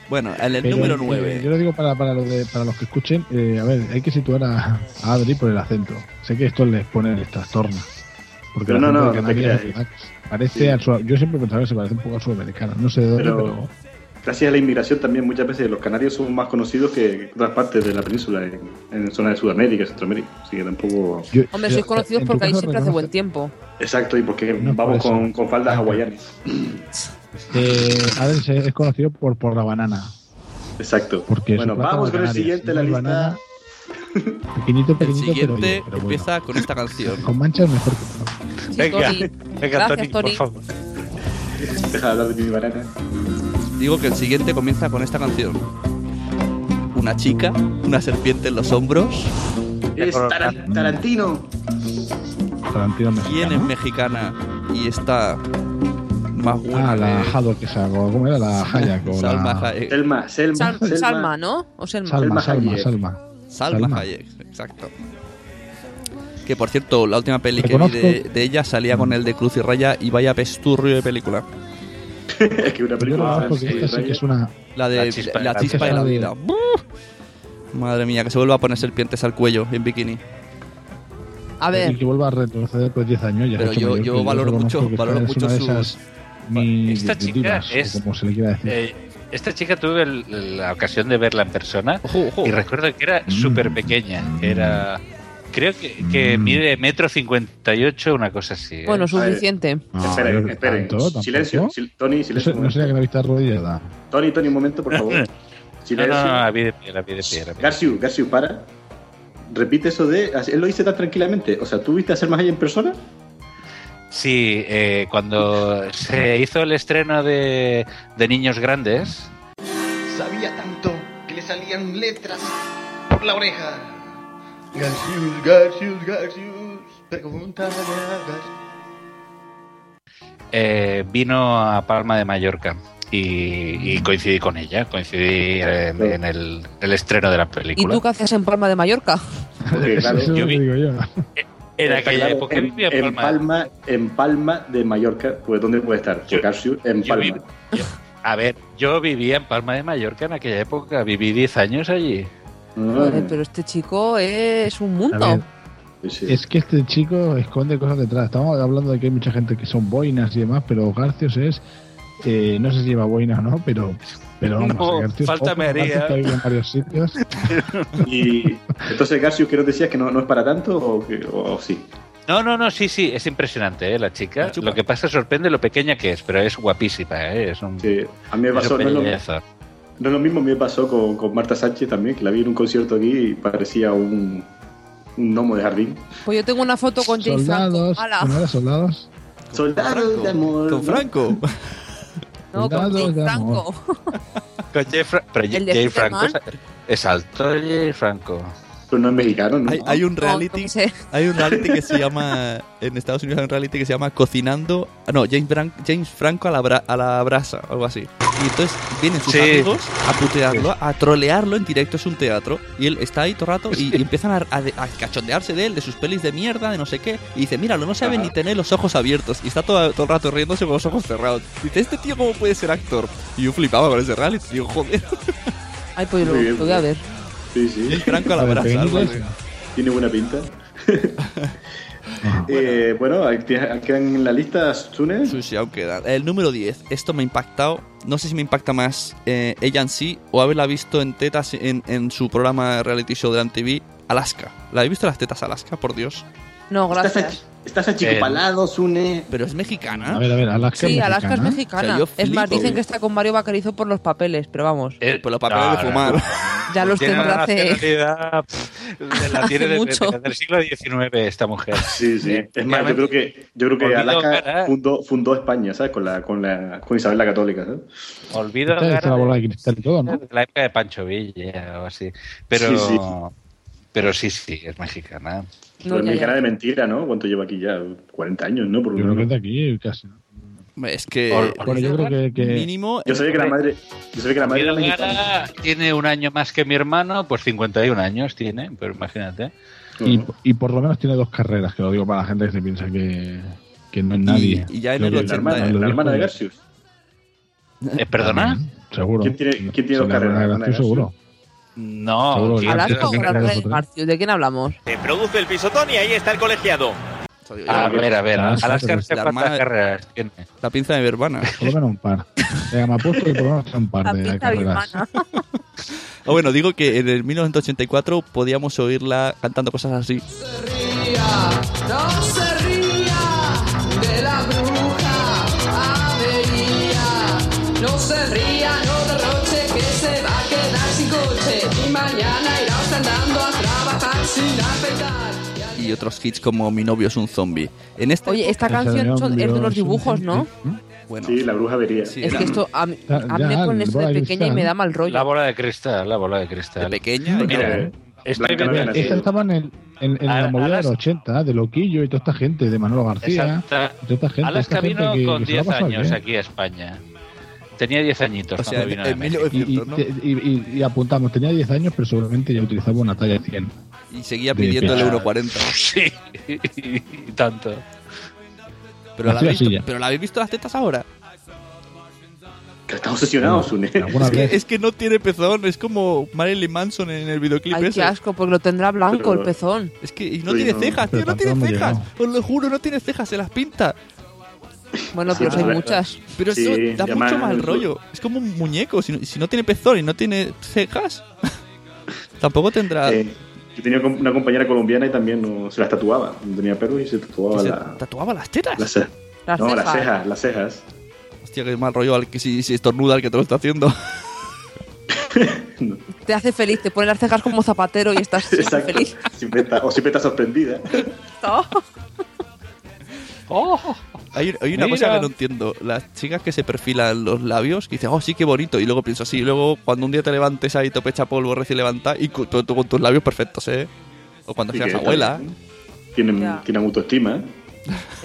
Bueno, en el
pero,
número
eh,
9.
Yo lo digo para, para, los de- para los que escuchen. eh, a ver, hay que situar a, a Adri por el acento. Sé que esto les pone el trastorno. Porque
Pero
el
no,
acento
no,
de
no te
Canarias
creas.
es- Parece
Sí.
al sua- Yo siempre pensaba que se parece un poco al sudamericano. No sé de dónde,
Pero-
pero.
Gracias a la inmigración también muchas veces los canarios son más conocidos que que otras partes de la península, en, en zonas de Sudamérica, Centroamérica. Así que tampoco...
yo-
Hombre,
yo-
sois conocidos
en tu
porque ahí
caso
siempre hace
reconoce-
buen tiempo.
Exacto, y porque
No, por
vamos
eso.
con, con faldas hawaianas.
Eh, Adri se- es conocido por, por la banana.
Exacto.
Porque
bueno,
su plátano
vamos
de
con el
Canarias,
siguiente en la
muy
lista.
banana, Pequeñito,
El
pequeñito, pero,
siguiente
oye, pero bueno.
empieza con esta canción.
Con manchas mejor que no.
Sí,
Venga,
Tony.
venga,
Gracias,
Tony, por
Tony.
favor.
Deja de hablar de mi banana.
Digo que el siguiente comienza con esta canción. Una chica, una serpiente en los hombros.
Es Taran- Tarantino.
Tarantino
¿Quién es
mexicano.
mexicana y está más buena?
Ah, la
que-
Haddock esa, o ¿cómo era? La Hayek.
(laughs)
o
Salma
la...
Hayek.
Selma, Selma.
Sal-
Selma.
Salma, ¿no? O Selma.
Salma,
Salma
Salma,
Hayek.
Salma.
Salma
Salma.
Hayek, exacto. Que por cierto, la última peli que vi
Reconozco-
de, de ella salía con el de Cruz y Raya y vaya pesturrio de película.
(laughs) es que una película.
Porque esta sí que es una.
La de la chispa, y la vida. ¡Buf! Madre mía, que se vuelva a poner serpientes al cuello en bikini.
A ver.
Y que vuelva a retroceder por 10 años. Ya
Pero
es hecho
yo-
mayor,
yo
que
valoro
reconozco
mucho-
que esta
valoro
es
mucho
una de
sus-
esas mini
Esta chica
divinas, o
es.
Como se le quiera decir.
eh, esta chica tuve el- la ocasión de verla en persona y recuerdo que era súper pequeña. Era. Creo que, que mide metro cincuenta y ocho, una cosa así. ¿eh?
Bueno,
ver.
suficiente.
No,
esperen,
no
esperen.
Ah, tanto, tampoco.
silencio, sil- Tony, silencio.
Eso
un
no
momento.
sería que la vista arrodillada.
Tony, Tony, un
(laughs)
momento, por favor.
No,
Silencio.
no, no, a pie de pie, a pie de pie, a pie de pie.
Garciu, Garciu, para. Repite eso de. Él lo dice tan tranquilamente. O sea, ¿tú viste a Ser Más allá en persona?
Sí, eh, cuando se hizo el estreno de, de Niños Grandes,
Sabía tanto que le salían letras por la oreja. Garcius, Garcius, Garcius. Pregúntale a Garcius.
eh, vino a Palma de Mallorca y, y coincidí con ella, coincidí en, en el, el estreno de la
¿Y
película.
tú qué haces en Palma de Mallorca?
(laughs)
claro.
Eso es lo que digo yo.
En
Está
aquella
claro,
época
en,
vivía
en
en
Palma.
Palma.
en Palma de Mallorca, pues ¿dónde puede estar? Porque Garciu, en
yo
Palma.
A ver, yo vivía en Palma de Mallorca en aquella época, viví 10 años allí.
Ah,
Joder, pero este chico es un
A
mundo.
ver,
pues
Es que este chico esconde cosas detrás. Estamos hablando de que hay mucha gente que son boinas y demás, pero Garcios es. eh, no sé si lleva boina o no, pero. Pero vamos,
No,
Garcios-
falta me haría.
Garcios está ahí en
(laughs)
varios sitios.
Y entonces, Garciu, ¿qué nos decías que no, no es para tanto o, que- o- o sí?
No, no, no, sí, sí, es impresionante, ¿eh? La chica. lo que pasa sorprende lo pequeña que es, pero es guapísima, ¿eh? Es un.
A mí me
es
pasó,
un
no es lo-
belleza.
No es lo mismo, a mí me pasó con, con Marta Sánchez también, que la vi en un concierto aquí y parecía un, un gnomo de jardín.
Pues yo tengo una foto con James Franco.
soldados.
Ala.
¿No era soldados?
Soldados de amor.
Con Franco.
No, con
Soldados
James
de amor.
Franco.
Con Jay Fra- pero
¿El de
Jay Franco es,
Superman?
es alto, Jay Franco.
Pero no es mexicano, ¿no?
Hay, hay un
No,
reality.
no sé.
Hay un reality que se llama. En Estados Unidos hay un reality que se llama Cocinando. ah, No, James, Bran- James Franco a la, bra- a la brasa, algo así. Y entonces vienen sus
Sí.
amigos a putearlo, a trolearlo en directo. Es un teatro. Y él está ahí todo el rato y, y empiezan a, a de- a cachondearse de él, de sus pelis de mierda, de no sé qué. Y dice: Míralo, no sabe ni tener los ojos abiertos. Y está todo, todo el rato riéndose con los ojos cerrados. Dice: ¿Este tío cómo puede ser actor? Y yo flipaba con ese reality. Digo, joder.
Ay, pues lo,
Muy bien,
lo voy a ver.
Sí, sí.
Franco a la
Joder,
brasa, algo así.
pequeñitos.
Tiene buena pinta.
ah,
Eh, bueno, ahí te- quedan en la lista Sune.
Sí, sí, aún queda. El número 10. Esto me ha impactado. No sé si me impacta más eh, ella en sí o haberla visto en tetas en, en su programa reality show de TV Alaska. ¿La habéis visto las tetas Alaska? Por Dios.
No,
Estás, a,
gracias.
estás achicopalado, Sune.
Pero es mexicana.
A ver, a ver, Alaska.
Sí,
es
Alaska es
mexicana.
O sea,
mexicana.
yo
es más,
flipo,
dicen
eh.
que está con Mario Bacarizo por los papeles, pero vamos,
Eh,
Por los Pues papeles
no,
de
no,
fumar.
no.
ya los
Pues Tiene
tendrá
una
hace...
nacionalidad, pff, la tiene
Hace
desde,
mucho.
desde el siglo XIX esta mujer.
Sí, sí. Es más, yo creo que, yo creo que
Olvido
Alaska
¿eh?
cara.
fundó, fundó España, ¿sabes? Con, la, con, la, con Isabel la Católica, ¿sabes?
Olvido
Está- está
la
la
cara
bola de cristal y todo, ¿no?
de la época de Pancho Villa o así. Pero
Sí, sí.
pero sí, sí, es mexicana.
(laughs) No,
Pero
ya,
es mexicana
ya.
de mentira, ¿no? ¿Cuánto lleva aquí ya? 40 años, ¿no? Por lo
Yo creo que es
menos.
de aquí casi. ¿no?
Es que.
Ol-
Bueno, yo creo que. que-
mínimo.
Yo sabía que la madre, yo sabía que la madre era
Olvido
mexicana.
Gara tiene un año más que mi hermano, pues 51 años tiene, pero imagínate.
y, y por lo menos tiene dos carreras, que lo digo para la gente que se piensa que, que no es
Y-
nadie.
y ya en
Creo
el 80,
que
La
lo
hermana,
dijo-
la hermana de Garcius.
Eh, ¿Perdona?
Seguro.
¿Quién tiene- quién tiene
Sí,
dos
la hermana de
carreras? ¿La hermana
Garcius,
de
seguro.
No,
Seguro,
¿quién-
ya.
Alaska
Pero
o
sí que
Gran
era
Rex
otro.
Garcius, ¿de quién hablamos?
Se produce el pisotón y ahí está el colegiado.
A ver, a ver,
Alaska,
Alaska
pero
no sé
la
cuántas
hermana-
carreras tiene.
La pinza de verbana.
Por lo menos un par. Venga, me apuesto que por lo menos tiene un
La
par de
pinta
carreras.
birmana.
O bueno, digo que en el 1984 podíamos oírla cantando cosas así.
No se ría de la bruja avería. No se ría, no derroche, que se va a quedar sin coche. Y mañana irás andando a trabajar sin afectar.
Y otros hits como Mi novio es un zombie. En esta.
Oye, esta canción son- es de unos dibujos, ¿no?
Bueno,
Sí, la bruja vería.
sí,
Es
era
que esto, a mí,
Ya,
a mí me
ya,
ponen esto de
Bora
pequeña y
Cristal.
me da mal rollo.
La bola de cristal, la bola de
de
cristal.
pequeña.
eh,
Mira, estoy
Blanca
viendo
Blanca.
aquí-
Esta estaba en, el, en, en la
Al-
movida de
Alaska.
los 80, de Loquillo y toda esta ¿eh? gente, de Manolo García.
Exacta-
De esta gente,
Alaska
esta gente
vino
que-
con
que se lo ha
10
pasado
años
bien.
aquí a España. Tenía 10 añitos
O sea,
cuando vino de
en
México.
Y, y- y- y- y apuntamos, tenía 10 años, pero seguramente ya utilizaba una talla 100.
Y seguía
De
pidiendo el
pecho.
euro 40. (laughs)
Sí, y tanto.
Pero la,
Así,
habéis
así
visto,
ya.
pero la habéis visto las tetas ahora.
Que está obsesionado, Sune.
Es que, es que no tiene pezón, es como Marilyn Manson en el videoclip
Ay,
ese.
qué asco, porque lo tendrá blanco
Pero-
el pezón.
Es que y no
Uy,
tiene
no.
cejas, tío,
Pero
no tiene
tampoco
cejas.
hemos
Os lo juro, no tiene cejas, se las pinta.
Bueno, pero hay muchas.
Pero eso
Sí,
da
y
mucho
además-
mal rollo. Es como un muñeco. Si no, si no tiene pezón y no tiene cejas, (laughs) tampoco
Ah.
tendrá.
Eh, Yo tenía com- una compañera colombiana y también no- se las tatuaba. No tenía perros y se tatuaba
Y se
la,
tatuaba las tetas.
las, ce-
Las
no, las
cejas.
cejas,
(laughs)
las cejas.
Hostia, qué mal rollo al que si, si estornuda al que te lo está haciendo.
Te hace feliz, te pone las cejas como zapatero y
(laughs)
estás súper
Exacto.
feliz.
Siempre está- o siempre está sorprendida.
No.
Hay, hay una
Mira.
cosa que no entiendo. Las chicas que se perfilan los labios, que dicen, oh, sí, qué bonito. Y luego pienso así. Y luego, cuando un día te levantes ahí, tope echa polvo, recién levanta, y con, tú- tú con tus labios perfectos, ¿eh? O cuando
Y
seas
que
abuela.
también Tienen,
Ya.
tienen autoestima. ¿eh?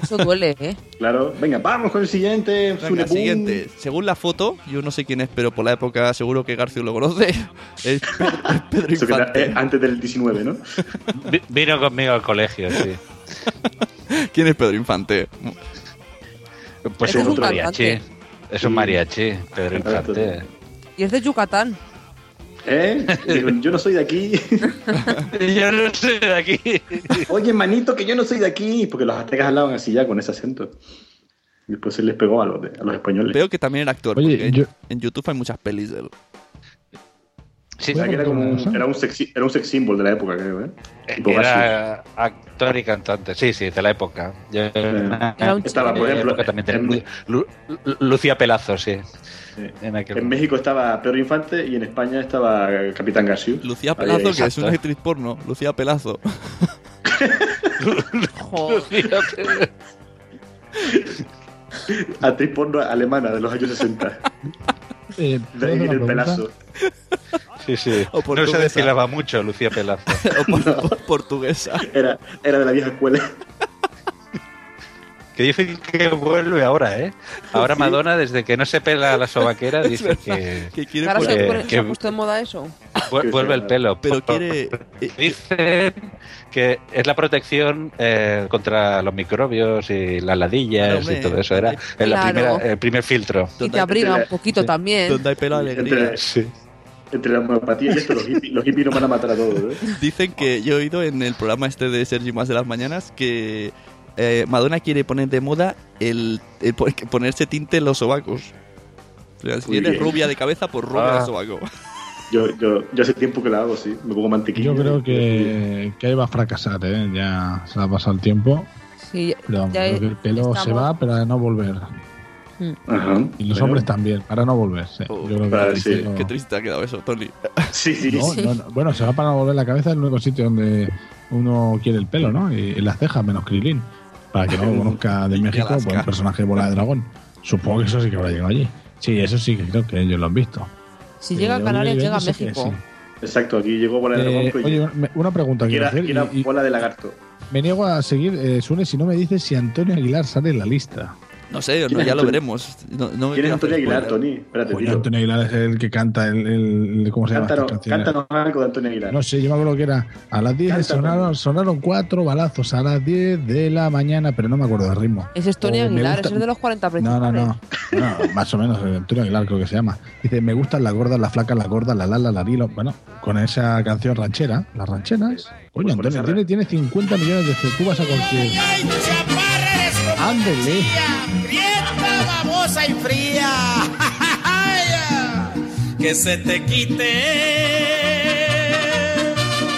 Eso duele, ¿eh?
Claro. Venga, vamos con el siguiente.
Venga,
Sune Pum.
siguiente. Según la foto, yo no sé quién es, pero por la época seguro que Garcio lo conoce. (laughs) Es Pedro, es Pedro
Eso que era,
Infante.
eh, antes del 19, ¿no?
Vi- Vino conmigo al colegio, sí.
ah.
¿Quién es Pedro Infante?
Pues
Ese
es
es
un
un
mariachi.
cantante.
Es un mariachi, Pedro
Exacto.
Infante.
Y es de Yucatán.
(laughs)
¿Eh? Digo, yo no soy de aquí. (laughs)
yo no soy de aquí.
Oye, manito, que yo no soy de aquí. Porque los aztecas hablaban así ya con ese acento. Y después se les pegó a los, de- a los españoles.
Veo que también era actor.
Oye,
porque
yo-
En YouTube hay muchas pelis de él.
O sea, que era como un, era un sex, era un sex symbol de la época, creo, ¿eh? Tipo Garfield.
Era actor y cantante, sí, sí, de la época. Yo-
Era un chico. Estaba, por
en la
ejemplo,
época también tenía-
en-
Lu- Lu- Lucía Pelazo, sí. En aquel
En México estaba Pedro Infante y en España estaba Capitán Garcius.
Lucía Pelazo, que es una
Exacto.
actriz porno. Lucía Pelazo. (laughs)
Actriz porno alemana de los años 60.
Eh, ¿puedo
De ahí
hacer
viene el
una pregunta?
pelazo.
Sí, sí.
O
No se
portuguesa.
desfilaba mucho Lucía (laughs) Pelazo.
portuguesa.
Era, era de la vieja escuela.
Que dicen que vuelve ahora, ¿eh? Ahora Madonna, desde que no se pela la (laughs) sobaquera, dice que,
Ahora se,
que-
pone- se
que
ha puesto de moda eso.
vu- vuelve el pelo.
Pero quiere-
Dice que es la protección eh, contra los microbios y las ladillas
Hombre,
y todo eso. Era el, la
claro.
primera- el primer filtro.
Y te abriga un poquito también.
hay pelo
Entre, entre la homeopatía y esto, los hippies, los hippies nos van a matar a todos, ¿eh?
Dicen que yo he oído en el programa este de Sergi Más de las Mañanas que eh, Madonna quiere poner de moda el, el po- ponerse tinte en los sobacos. O sea, si
Muy
eres
bien.
rubia de cabeza, pues rubia
eh. Ah.
de sobaco.
Yo, yo, yo hace tiempo que la hago, sí. Me pongo mantequilla. ¿eh?
Yo creo que, que ahí va a fracasar, ¿eh? Ya se ha pasado el tiempo.
Sí,
Pero vamos,
ya
creo que el pelo se
estamos-
va para no volver.
Ajá.
Y los
Pero-
hombres también, para no volver. sí. Yo creo que
Vale,
el
sí. (laughs)
pelo-
Qué triste ha quedado eso, Tony.
(laughs) Sí, sí,
No, no, no. Bueno, se va para no volver la cabeza, es el único sitio donde uno quiere el pelo, ¿no? Y, y las cejas, menos Krilin. Para que no lo conozca de México, pues, un personaje de bola de dragón. Supongo que eso sí que habrá llegado allí. Sí, eso sí que creo que ellos lo han visto.
Si
Eh,
llega a
Oliver
Canarias, llega a
Benz, sí que
México.
Exacto, aquí llegó Bola de
Eh,
Dragón. pero
oye, me- una pregunta
y
quiero
era,
hacer.
y era
y- y
Bola de Lagarto.
me niego a seguir, eh, Sune, si no me dices si Antonio Aguilar sale en la lista.
No sé,
¿Quién
no,
es
ya lo
Antonio-
veremos. No, no me
¿Quién es
quiero
Antonio
hacer
Aguilar,
spoiler.
Tony? Espérate,
Coño,
dilo.
Antonio Aguilar es el que canta el. el- ¿Cómo se llama? estas
Cántanos,
canciones?
cántanos algo de Antonio Aguilar.
No sé, yo me acuerdo que era a las 10
Canta,
sonaron, sonaron cuatro balazos a las 10 de la mañana, pero no me acuerdo del ritmo.
Ese es Tony
O me
Aguilar,
gusta-
ese es de los 40
No,
principales.
no, no. No, más o menos, eh, Antonio Aguilar creo que se llama. Dice, me gustan las gordas, las flacas, las gordas, la la, la, la lilo. Bueno, con esa canción ranchera, las rancheras. Coño, Antonio, tiene, tiene 50 millones de tú vas a cualquier. Ándele.
Prieta, babosa y fría. (laughs) que se te quite.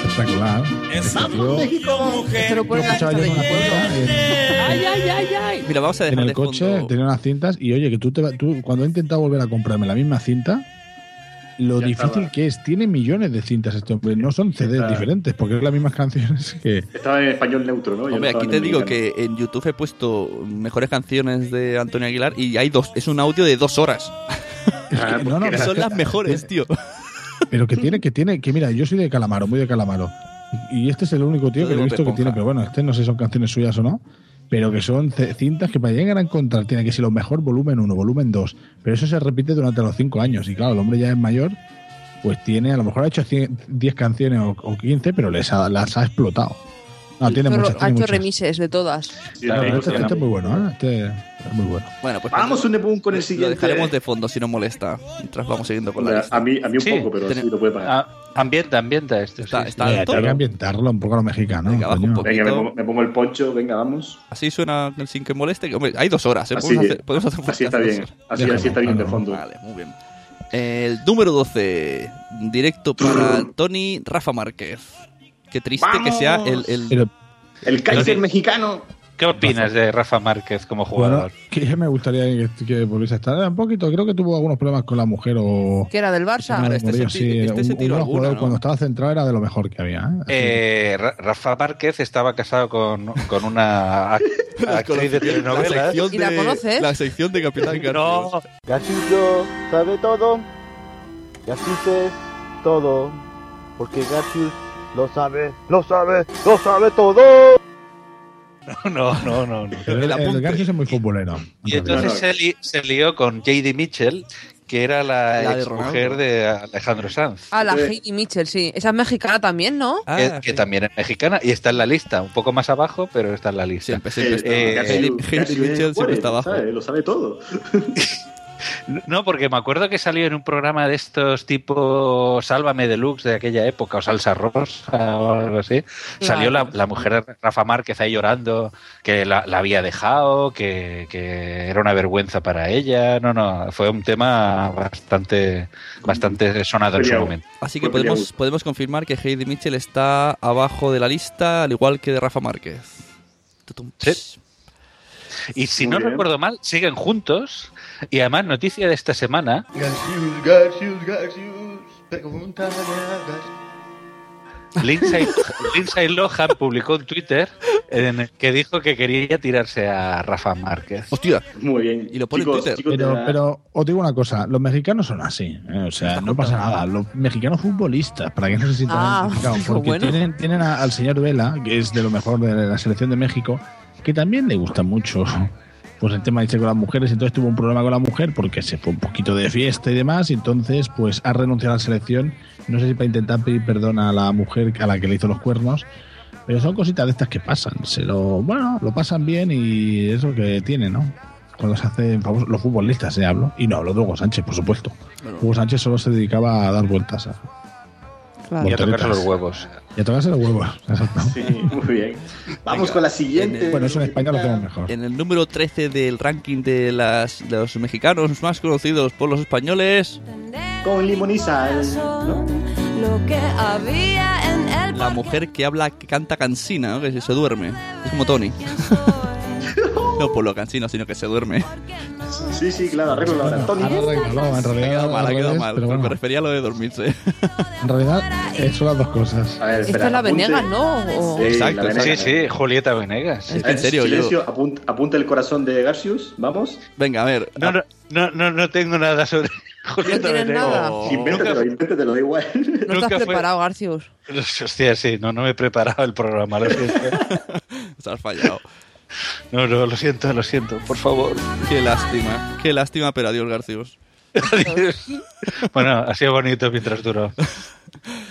Espectacular. Este tío,
mujer.
lo escuchaba yo en una cuenta, eh,
Ay, ay, ay, ay.
Mira, vamos a
en
dejar
el
de
coche
fondo.
tenía unas cintas y oye que tú te va- tú, cuando he intentado volver a comprarme la misma cinta lo
Ya
difícil
estaba.
que es tiene millones de cintas este hombre no son CDs
Está-
diferentes porque es las mismas canciones que
Estaba en español neutro, ¿no? Yo no
Hombre,
estaba
aquí
en
te digo
dominicano.
que en YouTube he puesto mejores canciones de Antonio Aguilar y hay dos, es un audio de dos horas.
Ah, no, no,
pues Que
pero
son
es
las
que-
mejores, tío.
pero
(laughs)
que tiene que tiene que mira yo soy de Calamaro muy de Calamaro y este es el único tío
Yo de
que he
Bob
visto que
Esponja.
tiene pero bueno este no sé si son canciones suyas o no pero que son ce- cintas que para llegar a encontrar tiene que ser lo mejor volumen 1, volumen 2, pero eso se repite durante los 5 años y claro, el hombre ya es mayor, pues tiene, a lo mejor ha hecho 100 10 canciones o, o 15, pero les ha- las ha explotado. No, tiene
Zorro
muchas,
ha
tiene
hecho
muchas.
remises de todas.
Claro, este, este es muy bueno, ¿eh? Este es muy bueno.
Bueno, pues
Vamos un nepun con el
Lo
siguiente.
dejaremos de fondo si no molesta. Mientras vamos siguiendo con la
Hombre,
lista.
a mí- a mí un poco, pero sí lo puede pagar.
Ah, ambienta, ambienta esto.
Está,
sí,
está
sí.
Mira,
alto.
Hay que ambientarlo un poco a lo mexicano.
Venga, baja un
coño.
poquito.
Venga, me pongo, me pongo el poncho, venga, vamos.
Así suena sin que moleste. Hombre, hay dos horas, ¿eh?
Así
Podemos
es.
hacer, podemos hacer un
Así está
podcast de
bien.
dos horas.
Así- así está bien de
Déjalo,
fondo.
Vale, muy bien. El número 12, directo
(clears throat)
para Tony Rafa Márquez. Qué triste que sea el... El,
Pero-
el
Kaiser
mexicano.
¿Qué opinas de Rafa Márquez como
Bueno,
jugador?
que me gustaría que, que volviese a estar un poquito. Creo que tuvo algunos problemas con la mujer o.
¿Que era del Barça?
Bueno,
este
por ello,
se ti-
sí,
este se
un-
tiró
un
alguna,
jugador
¿no? (laughs)
cuando estaba centrado era de lo mejor que había. ¿eh?
Eh, Ra- Rafa Márquez estaba casado con, con una ac- actriz de telenovelas.
sección
¿Y la
de-
conoces?
La sección de
(laughs)
Capitán Garfield.
Garciuso sabe todo. Garcius es todo. Porque Garcius lo sabe, lo sabe, lo sabe todo.
No, no, no. no.
Pero el, el
apunte.
Garcius es muy futbolero.
Y entonces se, li- se lió con JD Mitchell, que era la,
La de
mujer de Alejandro Sanz,
Ah, la
Eh.
Heidi Mitchell, sí. Esa es mexicana también, ¿no?
Ah,
que, que
sí.
también es mexicana y está en la lista, un poco más abajo, pero está en la lista.
Siempre,
El-
siempre está-
eh,
Garfius-
Heidi-
Garfius
Heidi
es
Mitchell siempre
Juárez,
está abajo.
¿sabe? Lo sabe todo.
No, porque me acuerdo que salió en un programa de estos tipo Sálvame Deluxe de aquella época o Salsa Rosa o algo así. Salió la, la mujer de Rafa Márquez ahí llorando que la, la había dejado, que, que era una vergüenza para ella. No, no, fue un tema bastante, bastante sonado en su
Peleado.
momento.
Así que
Fue peleado.
podemos, podemos confirmar que Heidi Mitchell está abajo de la lista, al igual que de Rafa Márquez. Tutum,
Sí.
pss.
Y si
Muy
no
bien.
recuerdo mal, siguen juntos. Y además, noticia de esta semana
Garcius, Garcius, Garcius, pregúntale a Garcius.
Lindsay, Lindsay Lohan publicó un Twitter en el que dijo que quería tirarse a Rafa Márquez.
Hostia,
Muy bien.
Y lo pone en
Chicos,
Twitter.
chicos de
Pero,
la-
pero os digo una cosa, los mexicanos son así, ¿eh? o sea, no pasa nada. Los mexicanos futbolistas, para que no se sientan
Ah, (laughs)
identificados,
digo,
porque
bueno.
tienen, tienen a- al señor Vela, que es de lo mejor de la selección de México, que también le gusta mucho (laughs) pues el tema dice con las mujeres, entonces tuvo un problema con la mujer porque se fue un poquito de fiesta y demás, y entonces pues ha renunciado a la selección, no sé si para intentar pedir perdón a la mujer a la que le hizo los cuernos, pero son cositas de estas que pasan, se lo, bueno, lo pasan bien y es lo que tiene, ¿no? Cuando se hacen famosos, los futbolistas se hablo, y no hablo de Hugo Sánchez, por supuesto.
Bueno.
Hugo Sánchez solo se dedicaba a dar vueltas a-
Claro.
Y a
Motoritas.
tocarse los huevos.
y a tocarse los huevos. (laughs) exacto.
Sí, muy bien. Vamos
Venga.
con la siguiente.
Bueno, eso en España lo hacemos mejor.
En el número 13 del ranking de, las, de los mexicanos más conocidos por los españoles,
Con limón y sal, ¿no?
Lo que había en el
la mujer que habla, que canta cansina, ¿no? que se- se duerme. Es como Tony. (laughs) No por lo cansino, sino que se duerme.
Sí, sí, claro, arreglo la hora. Tony.
Ahora arreglado, en
Ha
realidad,
quedado mal, ha
al
quedado
revés,
mal.
pero
Me
bueno,
refería a lo de dormirse. (laughs)
en realidad eh, son las dos cosas.
A ver,
Esta
espera,
es la
apunte.
Venegas, ¿no? O-
Sí,
Exacto,
la
Sí,
Venegas. ¿eh?
sí, Julieta Venegas.
Es que en serio, yo.
Silencio, apun- apunta el corazón de Garcius, vamos.
Venga, a ver. Ah,
No, no, no, no, no tengo nada sobre (laughs) Julieta
No tienes
Venegas.
nada.
Oh.
Invéntatelo, invéntatelo, da igual.
(laughs)
No estás
Nunca fue-
preparado, Garcius.
Hostia, sí, no, no me he preparado el programa, lo siento.
Os has fallado.
No, no, lo siento, lo siento, por favor. (laughs)
Qué lástima. Qué lástima, pero adiós, Garcius.
Adiós. Bueno, ha sido bonito mientras duró.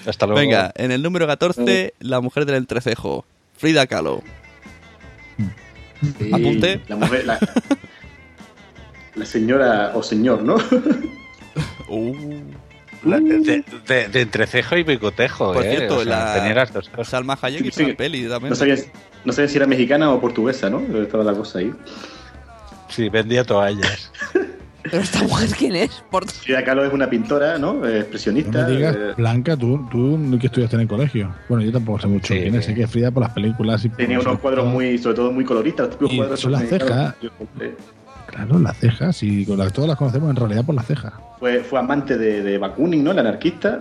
Hasta luego.
Venga, en el número 14, la mujer del entrecejo, Frida Kahlo.
Sí,
Apunte.
La mujer, la, la señora o señor, ¿no?
Uh.
La- de, de- de entrecejo y bigotejo,
Por
eh,
cierto,
o sea,
la-
tenía las dos cosas.
Salma Hayek hizo
Sí.
una peli también.
No sabía, no sabía si era mexicana o portuguesa, ¿no? Estaba la cosa ahí.
Sí, vendía toallas.
Pero esta mujer, ¿quién es? Por-
Frida Kahlo es una pintora,
No
¿no? Eh,
me
Expresionista.
digas,
eh,
Blanca, tú, tú que estudiaste en el colegio. Bueno, yo tampoco sé mucho
Sí.
quién es, sé que es Frida por las películas y por
tenía
los-
unos cuadros muy, sobre todo muy coloristas. Los típicos
Y
cuadros
son las
mexicanos
cejas.
que yo compré.
Claro, las cejas, y con las, todas las conocemos en realidad por las cejas.
Fue, fue amante de, de Bakunin, ¿no? El anarquista.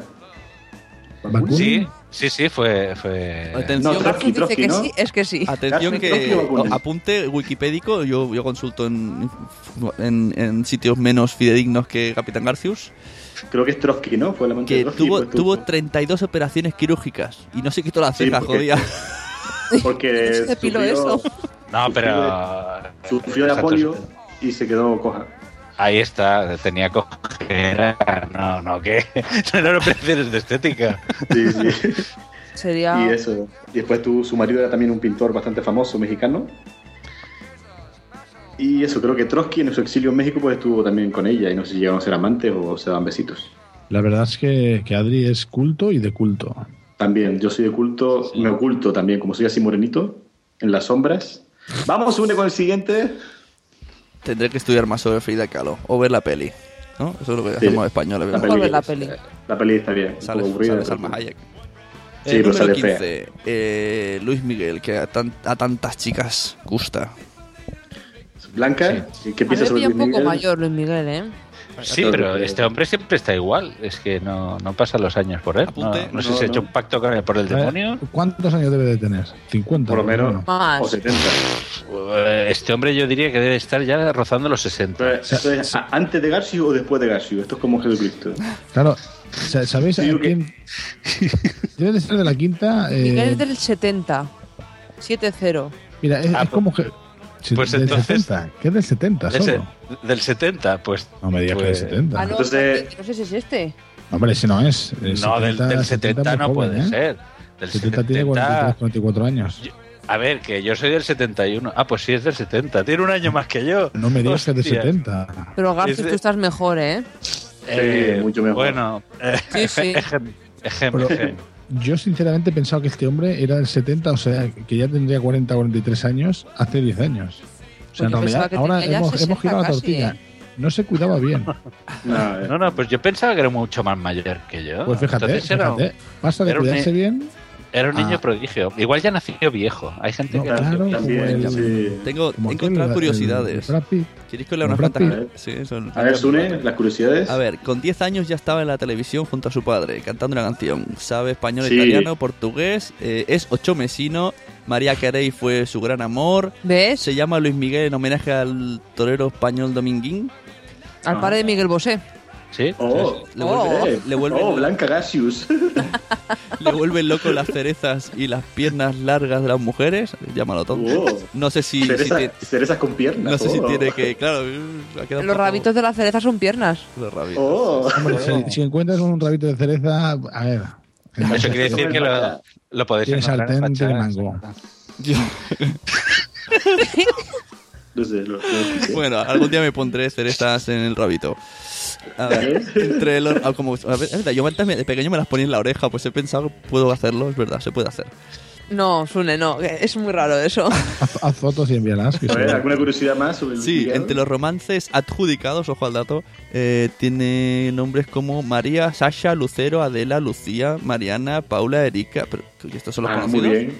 Bakunin.
Sí, sí, sí, fue. fue...
Atención,
No,
Gar-
Trotsky,
Garcius dice
Trotsky,
que
¿no?
sí, es que sí.
atención
Garfield, Trotsky
que
o Bakunin.
apunte wikipédico. Yo, yo consulto en, en, en sitios menos fidedignos que Capitán Garcius.
Creo que es Trotsky, ¿no? Fue el amante de
Que
Trotsky.
tuvo,
pues,
tuvo 32 operaciones quirúrgicas y no se quitó la ceja,
porque-
jodía.
(laughs)
Porque
Se depiló
sufrió-
eso.
No, pero.
Sufrió de- Sufrió de polio y se quedó coja.
Ahí está, tenía cojera. No, no, ¿qué? (laughs) No eran operaciones de estética.
Sí,
(laughs)
sí.
Sería.
Y eso. Y después tu, su marido era también un pintor bastante famoso mexicano. Y eso, creo que Trotsky en su exilio en México pues estuvo también con ella y no sé si llegaron a ser amantes o se daban besitos.
La verdad es que, que Adri es culto y de culto.
También, yo soy de culto, me oculto también, como soy así morenito, en las sombras. Vamos, une con el siguiente.
Tendré que estudiar más sobre Frida Kahlo o ver la peli. ¿No? Eso es lo que
Sí.
hacemos españoles.
La
¿verdad?
peli, La peli está bien. un
Sale-
poco aburrida,
sale
pero-
Salma Hayek.
Sí,
El
pero
número
sale fea.
15, eh, Luis Miguel, que a, tan- a tantas chicas gusta.
Blanca, ¿qué
A mí me pilla un poco mayor Luis Miguel, ¿eh?
Sí, pero este hombre siempre está igual. Es que no, no pasan los años por él. No, no sé
no,
si ha
no. Eh.
hecho un pacto con él por el demonio.
¿Cuántos años debe de tener? ¿50?
Por lo menos.
¿no?
Más.
Eh, Este hombre yo diría que debe estar ya rozando los 60.
Esto es a- antes de Garcius o después de Garcius. Esto es
(laughs)
como Jesucristo.
Claro, sa- ¿sabéis? a quién? (laughs) Debe de ser de la quinta. eh,
Miguel es del 70. 7-0.
mira, es, es como que.
Ah, pues
del
entonces-
70, que es del 70
De
solo.
ese- del 70, pues.
No me digas que del 70.
Ah, no,
Entonces,
No sé si es este.
Hombre, ese no es. El
no, del, del 70,
70
no
muy joven,
puede
¿eh?
ser. Del
70 tiene 43, 44 años.
A ver, que yo soy del 71. Ah, pues sí, es del 70. Tiene un año más que yo.
No me digas que es del
Hostia.
70.
Pero García,
Es de-
tú estás mejor, ¿eh?
Eh,
mucho mejor.
Bueno, eh,
(laughs)
ejem, ejem,
Pero-
ejem.
Yo sinceramente pensaba que este hombre era del 70, o sea, que ya tendría 40 o 43 años hace 10 años. O sea,
Pues yo
en realidad,
pensaba que
ahora
tenía ya
hemos,
60
hemos girado la
casi,
tortilla.
¿eh?
No se cuidaba
(laughs)
bien.
eh,
No, no, pues yo pensaba que era mucho más mayor que yo.
Pues fíjate,
Entonces era un-
fíjate. Pasa de
era un-
cuidarse bien.
Era un niño
Ah.
prodigio. Igual ya nació viejo. Hay gente
No,
que
claro,
nació
como el-
Tengo, he
como aquel,
encontrado
el-
curiosidades.
el Brad Pitt.
¿Queréis que os lea unas
Brad
cuantas?
Pitt.
Sí, son-
A ver, Sune, las curiosidades.
A ver, con 10 años ya estaba en la televisión junto a su padre, cantando una canción. Sabe español,
Sí.
italiano, portugués, eh, es ochomesino. María Carey fue su gran amor.
¿Ves?
Se llama Luis Miguel en homenaje al torero español Dominguín.
Al
Ah.
padre de Miguel Bosé.
Sí.
Oh, le vuelve- le vuelve-
oh,
(laughs)
Blanca Garcius.
Le vuelven loco las cerezas y las piernas largas de las mujeres. Llámalo todo.
Wow.
No sé si. si
Oh, Cerezas-
tiene-
cerezas con piernas,
No sé si
oh.
tiene que. Claro, uh, ha quedado un
Los
poco-
rabitos de la cereza son piernas.
Los rabitos.
Oh.
Hombre, Pues si, si encuentras un rabito de cereza, a ver.
Eso quiere decir que lo, lo podéis
Tienes
encontrar
sartén,
en
tiene
fachadas.
mango.
Bueno, algún día me pondré cerezas en el rabito. A ver, entre los. ah, como, a ver, es verdad, yo también de pequeño me las ponía en la oreja, pues he pensado, puedo hacerlo, es verdad, se puede hacer.
No, Sune, no. Es muy raro eso.
Haz, haz fotos y envíalas. que seguro.
curiosidad más sobre
Sí, entre los romances adjudicados, ojo al dato, eh, tiene nombres como María, Sasha, Lucero, Adela, Lucía, Mariana, Paula, Erika. Pero, ¿y estos son los
Ah, muy
conocidos.
bien.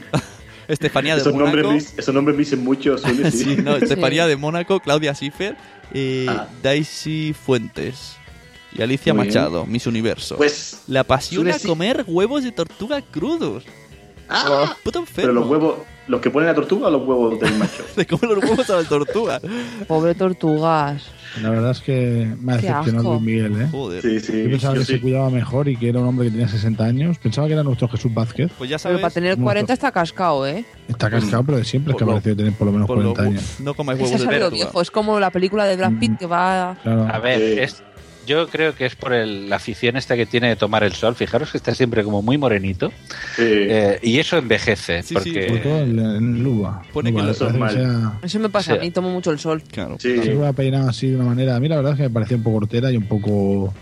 Estefanía de
esos,
Mónaco.
nombres, me dic- esos nombres me dicen mucho,
(laughs)
Sune.
Sí, no, Estefanía de Mónaco, Claudia Schiffer, eh,
Ah.
Daisy Fuentes y Alicia
Muy bien.
Machado, Miss Universo.
Pues,
la apasiona
Sune, sí.
comer huevos de tortuga crudos.
Ah,
puto enfermo.
Pero los
(laughs)
huevos, los que ponen la tortuga o los huevos del macho.
Se come los huevos a la tortuga.
(laughs) Pobre tortugas.
La verdad es que me ha
Qué
decepcionado
asco.
Luis Miguel, ¿eh?
Joder.
Sí, sí,
Yo pensaba
yo
que
sí.
se cuidaba mejor y que era un hombre que tenía 60 años. Pensaba que era nuestro Jesús Vázquez.
Pues ya
Pero
sabes,
para tener 40 está cascado, ¿eh?
Está
Pues
cascado, pero de siempre es que ha
Por lo-
parecido tener por lo menos
por lo
40 años.
bu- no comáis
Esa
huevos de
sabe lo
tortuga.
viejo. Es como la película de Brad
Mm.
Pitt que va.
A ver, es, yo creo que es por el- la afición esta que tiene de tomar el sol. Fijaros que está siempre como muy morenito. Eh, y eso envejece. porque
Sobre todo en, en Luba.
Pone que
Luba,
lo-
parece
mal.
sea-
Eso me pasa
O sea,
a mí, tomo mucho el sol.
Claro.
Sí.
Sí.
va peinado así de una manera. A mí la verdad es que me parecía un poco hortera y un poco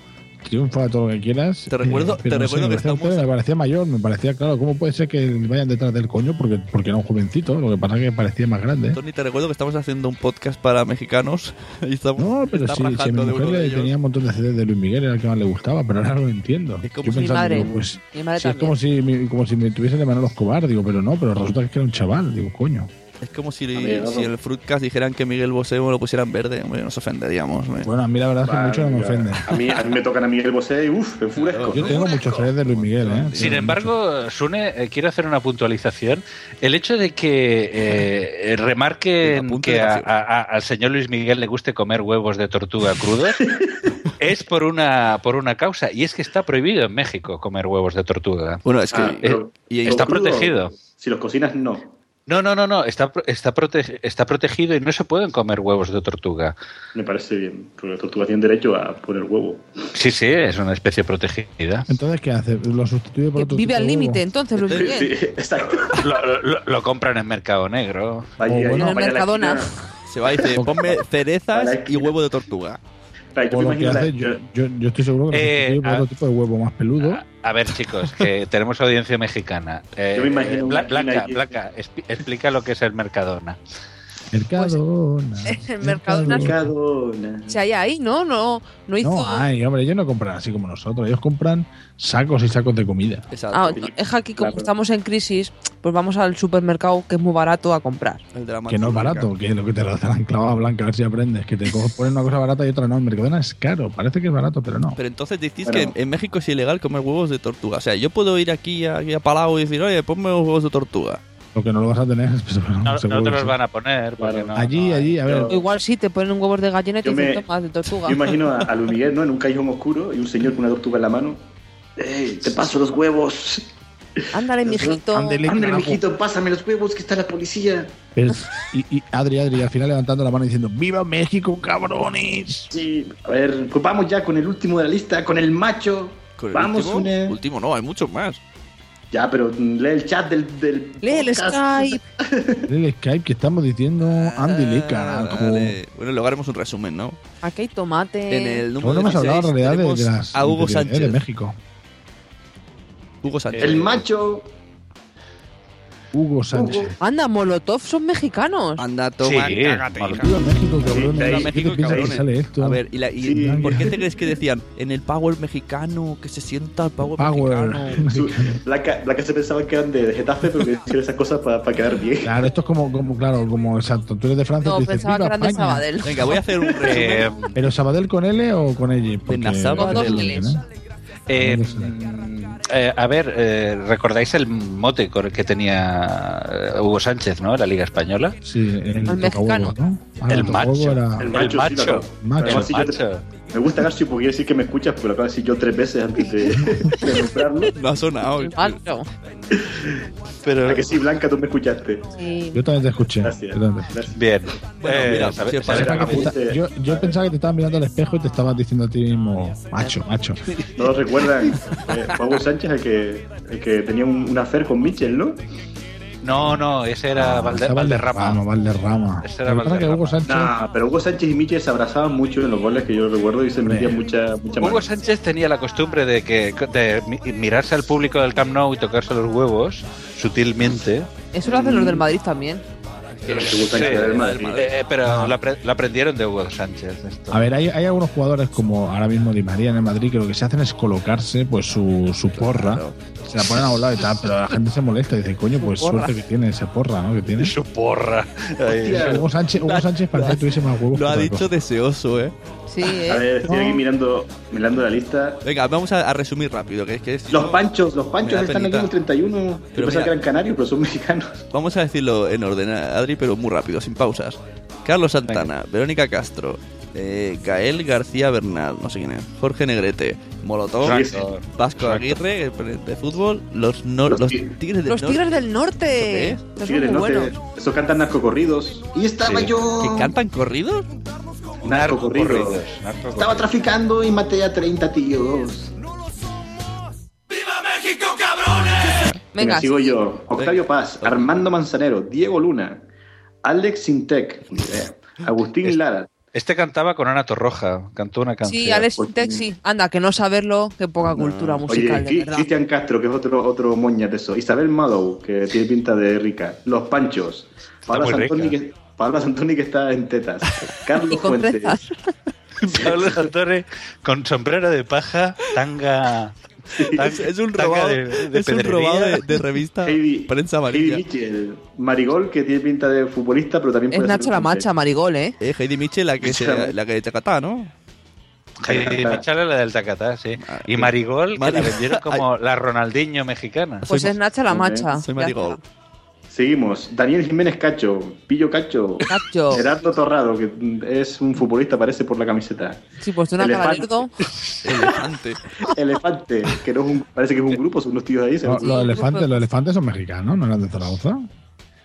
triunfa todo lo que quieras. Eh,
Te recuerdo- te
pero
recuerdo
me
que
parecía hortera, Me parecía mayor, me parecía claro. ¿Cómo puede ser que vayan detrás del coño? Porque, porque era un jovencito. Lo que pasa es que parecía más grande.
Tony, te recuerdo que estamos haciendo un podcast para mexicanos. (laughs) Y estamos,
No, pero
está
sí, sí, a mi
rajando de
mujer
uno de
le
ellos.
tenía un montón de CDs de Luis Miguel, era el que más le gustaba, pero ahora lo entiendo.
como
Yo
si- Mi
pensaba,
madre,
digo, pues,
mi madre
sí, es como si, mi- como si me tuviesen de Manolo Escobar, digo, pero no, pero resulta que era un chaval, digo, coño.
Es como si,
Amigo.
si en el Fruitcast dijeran que Miguel Bosé lo pusieran verde. Hombre, nos ofenderíamos. hombre.
Bueno, a mí la verdad es que
Vale,
mucho no me
ya.
ofende.
A mí, a mí me tocan a Miguel Bosé y uff, me enfurezco.
Yo tengo muchos CDs de Luis Miguel, ¿eh?
Sin embargo, Sune, eh, quiero hacer una puntualización. El hecho de que (laughs) eh, eh, remarquen que a- a- a- al señor Luis Miguel le guste comer huevos de tortuga (laughs) crudos es por una, por una causa, y es que está prohibido en México comer huevos de tortuga.
Ah,
Bueno, es que-
Eh,
pero-
está
Ah, ¿Los crudos?
protegido.
Si los cocinas, no.
No, no, no, no. Está, pro- está, protege- está protegido y no se pueden comer huevos de tortuga.
Me parece bien, porque las tortugas tienen derecho a poner huevo.
Sí, sí, es una especie protegida.
Entonces, ¿qué hace? ¿Lo sustituye por otro
Eh, Vive
tipo
al
de
límite,
huevo?
entonces, Luis Miguel.
(laughs) exacto.
(laughs) Lo, lo- lo compran en Mercado Negro.
O bueno, En el vaya a la Mercadona.
Se va y dice,
(laughs)
ponme cerezas y huevo de tortuga.
O lo que hace, yo, yo, yo estoy seguro que
Eh, ah,
lo sustituye por
a-
otro tipo de huevo más peludo.
A ver, chicos, que tenemos audiencia mexicana. Eh,
Yo me imagino
Bla-
una
Blanca,
esquina ahí.
Blanca, expli- explica lo que es el Mercadona.
Mercadona.
pues, eh, (laughs) El Mercadona.
Mercadona.
Se halla ahí, ¿no? No, no hizo.
No, ay, hombre, ellos no compran así como nosotros. Ellos compran sacos y sacos de comida.
Ah, no, es aquí como
Claro.
estamos en crisis, pues vamos al supermercado que es muy barato a comprar.
Que no es barato, que lo que te lo dan clavado blanca, a ver si aprendes. Que te co- ponen una cosa barata y otra no. En Mercadona es caro. Parece que es barato, pero no.
Pero entonces decís
Bueno.
que en México es ilegal comer huevos de tortuga. O sea, yo puedo ir aquí a, aquí a Palau y decir, oye, ponme huevos de tortuga.
Lo que no lo vas a tener (laughs) es. pero
No,
seguro
no te
que
los
sí.
van a poner. porque no-
allí, allí, a ver.
O Igual sí, te ponen huevos de gallina y te
Yo
dicen
me-
"Toma, de tortuga.
Yo imagino a, a Luis Miguel, ¿no? En un callejón oscuro y un señor con una tortuga en la mano. ¡Ey, te paso los huevos!
Ándale, mijito.
Ándele,
Ándale,
carajo.
mijito, pásame los huevos que está la policía.
Pero- y, y Adri, Adri, al final levantando la mano y diciendo: ¡Viva México, cabrones!
Sí, a ver, pues vamos ya con el último de la lista, con el macho.
¿Con el
vamos,
último?
Une.
Último no, hay muchos más.
Ya, pero mm, lee el chat del. del
Lee el
podcast.
Skype.
El Skype que estamos diciendo Andy Lee, carajo.
Ah, Vale. Bueno, luego haremos un resumen, ¿no?
Aquí hay tomate.
En el número
Aún no hemos hablado
16
en realidad de,
tenemos
de las
a Hugo
de- de-
Sánchez.
de México.
Hugo Sánchez.
El macho.
Hugo Sánchez.
Anda, Molotov son mexicanos.
Anda, toma,
Sí,
eh,
cágate,
Molotov.
hija.
México, cabrones.
Viva
¿Qué te
México,
piensas que
cabrones.
sale esto?
A ver, ¿y, la- y
Sí.
por qué te crees que decían en el Power mexicano que se sienta el Power,
Power.
mexicano?
Su- Blanca, Blanca se pensaba que eran de, de Getafe, pero que decían esas cosas para quedar bien.
(laughs) Claro, esto es como, como claro, como exacto. Tú eres de Francia,
No,
y te dices,
pensaba que
"Viva
eran de
España".
Sabadell.
Venga, voy a hacer un
Eh,
resumen.
Pero Sabadell con L o con L? Porque-
Nazaba
Porque-
del-
¿eh?
eh, eh, a ver, eh, ¿recordáis el mote con el que tenía eh, Hugo Sánchez, ¿no? La Liga Española.
Sí, el,
Al mexicano.
tocahuevos, ¿no? Ah,
El
tocahuevo
macho.
era-
El
macho, sí,
macho.
lo-
Macho.
Además, sí, yo te-
Macho.
me gusta Garcio porque quiere decir que me escuchas, pero lo acabo de decir yo tres veces antes de, de nombrarlo.
No ha sonado.
Alto.
Pero... que sí, Blanca, tú me escuchaste.
Sí.
Yo también te escuché. yo también te escuché.
Bien. Eh,
mira,
sabe-
si os
sabe-
parece
Pensaba que te esta- yo, yo pensaba que te estabas mirando al espejo y te estabas diciendo a ti mismo, macho, macho.
¿No lo recuerdan? Eh, fue Hugo Sánchez el que, el que tenía un, un affair con Mitchell, ¿no?
No, no, ese
Ah,
era Valde-
Está
Valderrama.
Valderrama.
Ese era
Lo que pasa es que
Valderrama.
Hugo Sánchez.
Nah, pero Hugo Sánchez y Mitchell se abrazaban mucho en los goles que yo recuerdo y se metían mucha, mucha mano.
Hugo Sánchez tenía la costumbre de que de mi- mirarse al público del Camp Nou y tocarse los huevos sutilmente.
Eso lo hacen los del Madrid también.
Sí,
del Madrid.
eh, pero la, apre- la aprendieron de Hugo Sánchez. esto.
A ver, hay, hay algunos jugadores como ahora mismo Di María en el Madrid que lo que se hacen es colocarse pues su, su porra. Se la ponen a volar y tal, pero la gente se molesta y dice, coño, pues
porra.
suerte que tiene esa porra, ¿no? Que tiene.
Su porra. Ahí.
Hugo Sánchez, Hugo Sánchez parece que tuviese más
Lo
huevos. que
ha
otra
dicho
cosa.
deseoso, ¿eh?
Sí,
Ah, A
eh.
ver, estoy aquí mirando, mirando la lista.
Venga, vamos a, a resumir rápido. Que es que si
Los
no-
panchos, los panchos
Me da
están aquí en el 31. Yo
Pero
pensaba
mira.
que eran canarios, pero son mexicanos.
Vamos a decirlo en orden, Adri, pero muy rápido, sin pausas. Carlos Santana, Verónica Castro, eh, Gael García Bernal, no sé quién es, Jorge Negrete, Molotov,
Exacto.
Vasco
Exacto.
Aguirre, de, de fútbol, los, nor-
Los
los
ti-
Tigres del
Los
Norte,
Tigres del Norte.
¿Eso
Estos
Sí,
son muy
¿no? Que-
buenos.
Esos cantan narcocorridos. Y estaba
Sí.
yo.
que cantan corridos.
Narcocorridos.
narcocorridos.
Estaba traficando y maté a 30 tíos. Venga,
Venga,
sigo yo. Octavio Paz, Armando Manzanero, Diego Luna, Alex Sintec, ni idea,
Ah,
Agustín Lara.
Este cantaba con Ana Torroja, cantó una canción.
Sí,
(laughs)
Alex Sintek, sí. Anda, que no saberlo, que poca cultura musical,
Oye,
de
Cri-
verdad.
Cristian Castro, que es otro, otro moña de eso. Isabel Madow, que tiene pinta de rica. Los Panchos. Paula
muy
Santoni,
rica.
que, Paula Santoni, que está en
(laughs)
tetas. Carlos
Y con
Fuentes.
trenzas.
Pablo Sartore con sombrero de paja, tanga. tanga-
Es, es un
tanga
robado
de, de
es un
pedrería.
robado de, de revista
Heidi-
Prensa
Heidi
Amarilla.
Mitchell. Marigol, que tiene pinta de futbolista, pero también
Es
puede ser
Nacho la
un-
Macha, Marigol, ¿eh?
Eh, Heidi Mitchell, la que, se-
Mitchell.
la que de Chacatá, ¿no? Ah,
Heidi Mitchell era la del Tacatá, sí. Y Marigol, que la
Marigol.
vendieron como la Ronaldinho mexicana.
Pues es Nacha la
Ok,
Macha.
Soy
Ya
Marigol.
Seguimos. Daniel Jiménez Cacho, Pillo Cacho,
está. Nacho.
Gerardo Torrado, que mm, es un futbolista, parece por la camiseta.
Sí, pues de una cara
Elefante.
lerdo.
Elefante.
Elefante, que no es un, parece que es un grupo, son unos tíos ahí. se
No,
ven.
los, elefantes, los elefantes son mexicanos, no eran de Zaragoza.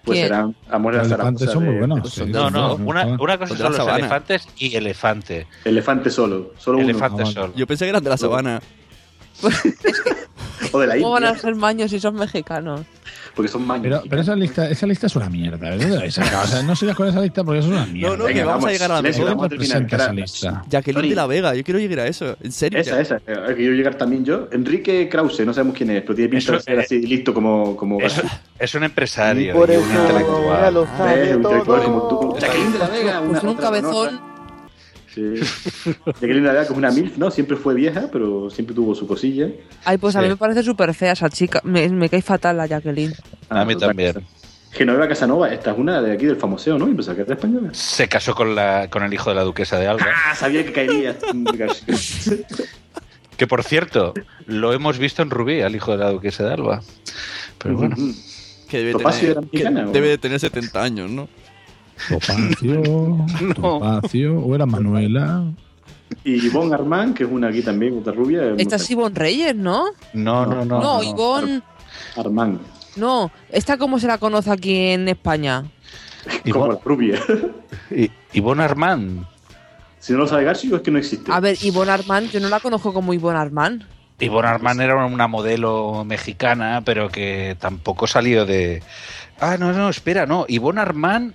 pues
¿Quién?
serán Amores
Los
a
elefantes
Zaragoza
son muy
de-
buenos,
de-
sí.
No, no,
No,
una,
no.
una
Los Pues
cosa
de
son
la
los
sabana.
elefantes y elefante.
Elefante solo, solo uno.
Elefante solo.
Yo pensé que eran de la sabana.
O de la
¿Cómo van
India,
a ser maños si son mexicanos?
porque son maños.
Pero, pero esa lista, esa lista es una mierda. ¿eh? ¿De dónde la habéis sacado? O sea, no sigas con esa lista porque eso es una mierda.
No, no, que vamos a llegar a la
silencio,
mejor.
vamos a terminar.
Representa esa
Espera.
lista.
Jacqueline
Tony.
de la Vega, yo quiero llegar a eso. En serio.
Esa, esa. eh, que quiero llegar también yo. Enrique Krause, no sabemos quién es, pero tiene pinta
Eso-
de ser así listo como. como
Es, es un empresario.
Por
y
eso
un
ahora lo
intelectual.
sabe
Eh, un intelectual como
todo.
tú. Jacqueline de la Vega, una
Pues un
otra
cabezón.
conocida. Sí. Jacqueline de la Vega, que es una MILF, ¿no? Siempre fue vieja, pero siempre tuvo su cosilla.
Ay, pues a
Sí.
mí me parece súper fea esa chica. Me, me cae fatal la Jacqueline.
A mí
Ah, total.
también.
Genoveva Casanova, esta es una de aquí del famoseo, ¿no? Y pensaba que era española.
Se casó con, la, con el hijo de la duquesa de Alba.
Ah, sabía que (laughs) caería.
Que por cierto, lo hemos visto en Rubí, al hijo de la duquesa de Alba. Pero bueno,
Que debe
Topacio era
tener, que
mexicana, ¿o?
debe de tener 70 años, ¿no?
Topacio, Topacio, o era Manuela.
Y Yvonne Armand, que es una aquí también, otra rubia.
Esta es Ivonne Reyes, ¿no?
no, no, no.
No,
no.
Ivonne.
Armand,
No, ¿esta cómo se la conoce aquí en España?
como
Ivonne,
la rubia. (laughs)
I- Ivonne Armand.
si no lo sabe Garcio, es que no existe.
A ver, Ivonne Armand, yo no la conozco como Ivonne Armand.
Ivonne Armand era una modelo mexicana, pero que tampoco salió de. Ah, no, no, espera, no. Ivonne Armand.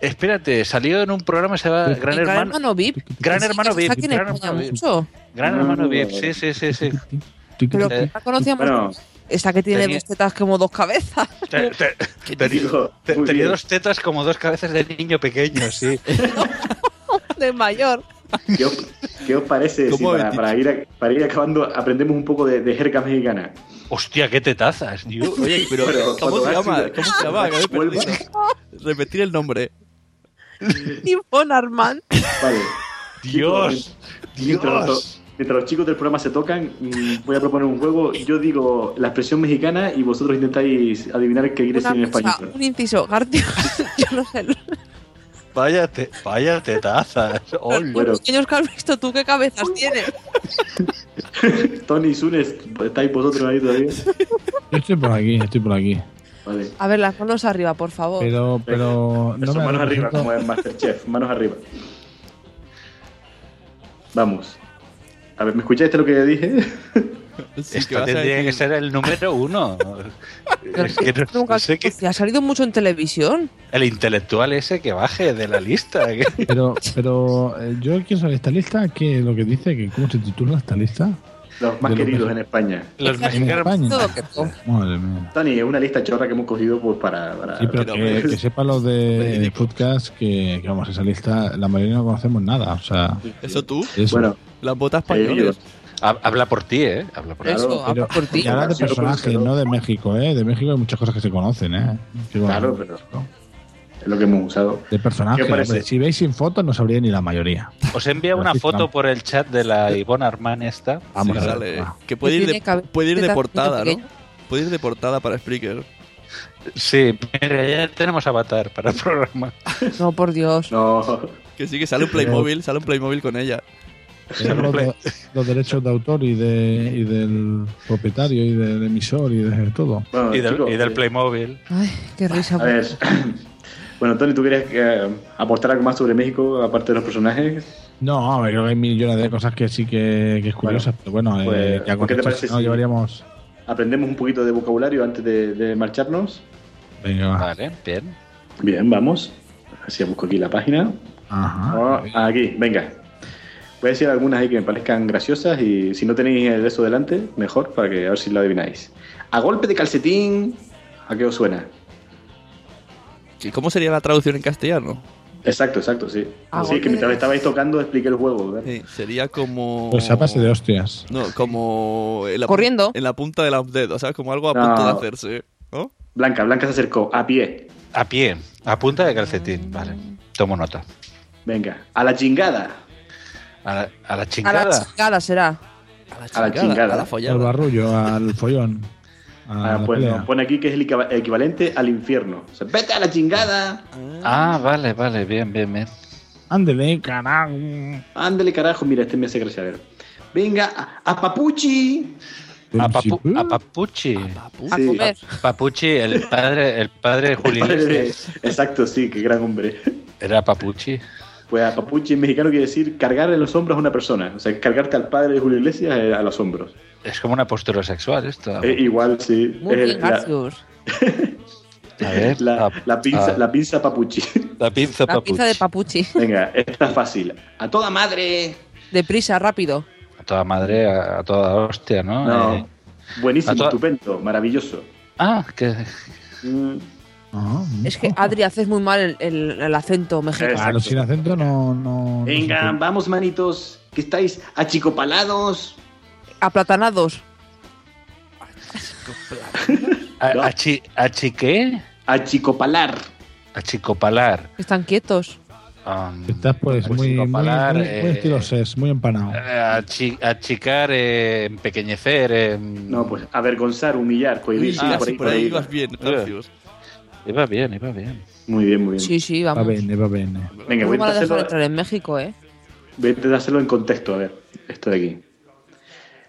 Espérate, salió en un programa que se llama
Sí.
Gran
En Gran
Hermano.
Hermano VIP.
Gran
Sí,
Hermano
que está aquí
VIP.
en
Gran
España
Hermano VIP.
mucho.
Gran
No,
Hermano
no,
VIP.
no.
Sí, sí, sí, sí.
Pero
Eh,
la conocíamos.
Bueno,
Esta que tiene
tenía-
dos tetas como dos cabezas. (laughs)
Te- te- tenía-
digo?
te-
Muy
Tenía
bien.
dos tetas como dos cabezas de niño pequeño, sí.
De mayor.
¿qué os, qué os parece? si
¿Cómo habéis
para, para ir a- para ir acabando, aprendemos un poco de, de jerga mexicana.
Hostia, qué tetazas, tío.
Oye, pero,
Pero,
¿cómo se
cuando
llama?
Garci-
¿Cómo se llama? Que me he
Vuelva.
perdido. Repetir el nombre.
Ivonne Armand.
Vale.
Dios,
Mientras
Dios.
los, mientras los chicos del programa se tocan, mm, voy a proponer un juego. Yo digo la expresión mexicana y vosotros intentáis adivinar qué quiere
Una
decir en
cosa,
español.
un inciso. (laughs) Gartio. yo no sé. Los
Vaya, te, vaya tetazas. Ol.
Bueno.
pequeños que has visto tú, ¿qué cabezas tienes?
Tony y Sunes, ¿estáis vosotros ahí todavía?
Yo estoy por aquí, estoy por aquí.
Vale.
A ver, las manos arriba, por favor.
Pero, pero.
Eso,
me
manos arriba,
representa-
como en Masterchef, manos arriba. Vamos. A ver, ¿me escuchaste lo que dije?
Sí, que
Esto
vas a
tendría que
decir-
ser el número uno. Es que no-
Nunca-
no (laughs) sé qué-
Hostia, ha salido mucho en televisión.
el intelectual ese que baje de la lista. (laughs) que-
Pero, pero eh, yo quiero saber esta lista, ¿qué es lo que dice? que ¿Cómo se titula esta lista?
Los más
De lo
queridos
que-
en España.
Los
En
mexicanos.
España.
Todo que todo.
Madre mía.
Tony, es una lista chorra que hemos cogido pues para. para-
Sí, pero
pero-
que, que sepan los
(laughs)
de, de podcast que, que, vamos, esa lista, la mayoría no conocemos nada. O sea,
¿Eso tú?
eso.
Bueno,
Las botas
eh,
españolas.
Ha- Habla por ti, ¿eh? Habla por ti.
Claro,
Eso, habla
pero-
por ti.
y ahora de
Sí, lo
personajes,
conozco.
no de México, ¿eh? De México hay muchas cosas que se conocen, ¿eh? Que
Claro,
bueno,
pero- es lo que hemos usado.
De personajes.
¿Qué parece?
hombre, Si veis sin fotos, no sabría ni la mayoría.
Os envía una
Gracias,
foto
Fran.
por el chat de la Ivonne Armán esta.
Vamos
Sí,
a
sale.
ver. Ah.
(laughs)
va.
Que puede ir,
Tiene
de,
cabe-
puede ir de
tetas
portada, ¿no?
pequeñas.
Puede ir de portada para Spreaker.
Sí, mira, ya tenemos avatar para (laughs) el programa.
No, por Dios.
No.
Que sí, que sale un Playmobil, sale un Playmobil con ella.
Tenemos los, de- los derechos de autor y, de, y del propietario y del emisor y de todo.
Bueno,
Y del,
chicos,
y del
eh,
Playmobil.
Ay, qué risa.
A ver. (coughs) Bueno, Tony, ¿tú querías eh, aportar algo más sobre México, aparte de los personajes?
No, a ver, creo que hay millones de cosas que sí que, que es curiosa, pero bueno, eh,
pues,
que a
¿qué te
contexto,
parece
si no
si-
llevaríamos.
¿Aprendemos un poquito de vocabulario antes de, de marcharnos?
Venga,
Ah.
va.
Vale, bien.
Bien, vamos. Así busco aquí la página.
Ajá.
Ah, aquí, venga. Voy a decir algunas ahí que me parezcan graciosas y si no tenéis el eso delante, mejor para que a ver si lo adivináis. A golpe de calcetín, ¿a qué os suena?
¿Y cómo sería la traducción en castellano?
Exacto, exacto, sí.
A
sí,
golpe
que mientras
de-
estabais tocando expliqué el juego. ¿verdad?
Sí, sería
Oh.
como.
Pues a base de hostias.
No, como. en la pu-
Corriendo.
En la punta de los dedos, ¿sabes? Como algo a
No.
punto de hacerse. ¿No?
Blanca, Blanca se acercó, a pie.
A pie, a punta de
Mm.
calcetín. Vale, tomo nota.
Venga, a la chingada.
A la, a la
A la
chingada.
chingada será.
A la
chingada.
A la
Al
follada.
barrullo, al follón. A
Ah,
la
pues,
pelea.
no, pone aquí que es el equiva- equivalente al infierno. O sea, Vete a la chingada.
Ah, vale, vale, bien, bien, bien.
Ándele, carajo.
Ándale, carajo. Mira, este me hace gracia. A ver. Venga, a, a papuchi.
A, Papu- a Papuchi.
Ah,
A Sí. comer.
Eh,
Papuchi, el padre, el padre de Juli
Padre de-
Iglesias.
Exacto, sí, qué gran hombre.
Era Papuchi.
Pues a Papuchi en mexicano quiere decir cargar en los hombros a una persona. O sea, cargarte al padre de Julio Iglesias eh, a los hombros.
Es como una postura sexual esto.
Eh, igual, sí.
Muy
Eh,
bien,
la-
Arthur.
A ver,
la, la pinza,
a-
la pinza Papuchi. (laughs)
La pinza
La pizza de papuchi.
Venga, esta es fácil. A toda
madre. Deprisa, rápido.
A toda madre, a, a toda hostia, ¿no?
No.
Eh,
Buenísimo,
a toda-
estupendo, maravilloso. Mm.
Ah, que...
Ah,
Es que Adri haces muy mal el, el- el acento
Eh.
Claro,
mexicano.
sin acento Ah, no. no no se
Venga,
puede.
vamos, manitos, que estáis achicopalados.
Aplatanados.
A, achi- achi qué?
Achicopalar.
Achicopalar.
Están quietos.
Um,
Estás pues,
Pues
muy,
sin
muy,
comparar,
muy,
eh,
muy estilo ses, muy empanado.
eh,
achi- achicar, eh, empequeñecer. em,
No, pues avergonzar, humillar, cohibir.
Ah,
Ah, sí, por ahí, por ahí.
bien,
gracias. Iba bien, iba bien.
Muy bien, muy bien.
Sí, sí, vamos.
Va bene, va bene.
Venga,
No
voy
me
a
van a dejar
hacerlo-
entrar en México, ¿eh?
Voy a intentar hacerlo en contexto, a ver, esto de aquí.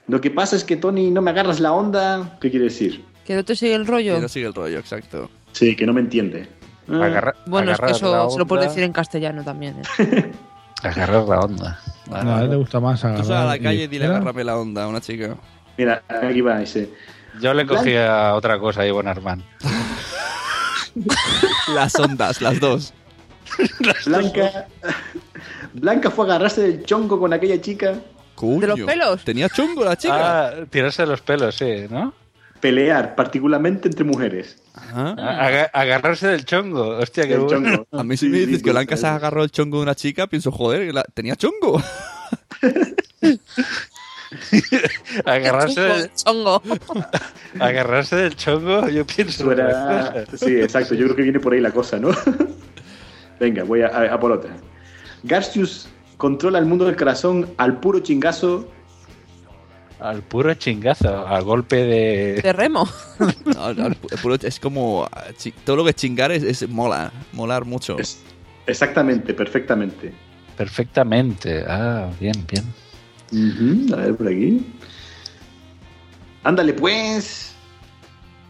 Lo que pasa es que Tony, no me agarras la onda. ¿Qué quiere decir?
Que no te sigue el rollo.
sigue el rollo, exacto.
Sí, que no me entiende. Ah.
Agarra-
Bueno, es que
agarrar la
eso se lo puedes
onda.
decir en castellano también. ¿eh?
Agarrar la onda.
Ah, No, a él le gusta más
Tú sal a
agarrar.
la calle
y-
y dile agárrame la onda a una chica.
Mira, aquí va, dice.
Yo le cogía otra cosa a Ivonne Armand.
Las ondas, las (laughs) dos.
Blanca, (laughs) Blanca fue a agarrarse del chonco con aquella chica.
Coño.
los pelos?
Tenía chungo la chica.
Ah, tirarse los pelos, sí, ¿no?
Pelear, particularmente entre mujeres.
Aga- agarrarse del chongo. Hostia, qué
Ah. Del
bueno.
chongo.
A mí si me dices que Blanca se agarró el chongo de una chica, pienso, joder, la- tenía chongo.
(laughs) agarrarse, del,
Chongo.
agarrarse del chongo, yo pienso.
Eso era-
otra cosa.
(laughs) Sí, exacto. Yo creo que viene por ahí la cosa, ¿no? (laughs) Venga, voy a, a- a por otra. Garcius controla el mundo del corazón al puro chingazo.
(laughs) Al puro chingazo, al golpe de.
De remo.
No, no, el pu- el puro- es como. ah, chi- Todo lo que es chingar es, es mola. Molar mucho.
Exactamente, perfectamente.
Perfectamente. Ah, bien, bien.
Ujú, a ver por aquí. Ándale pues.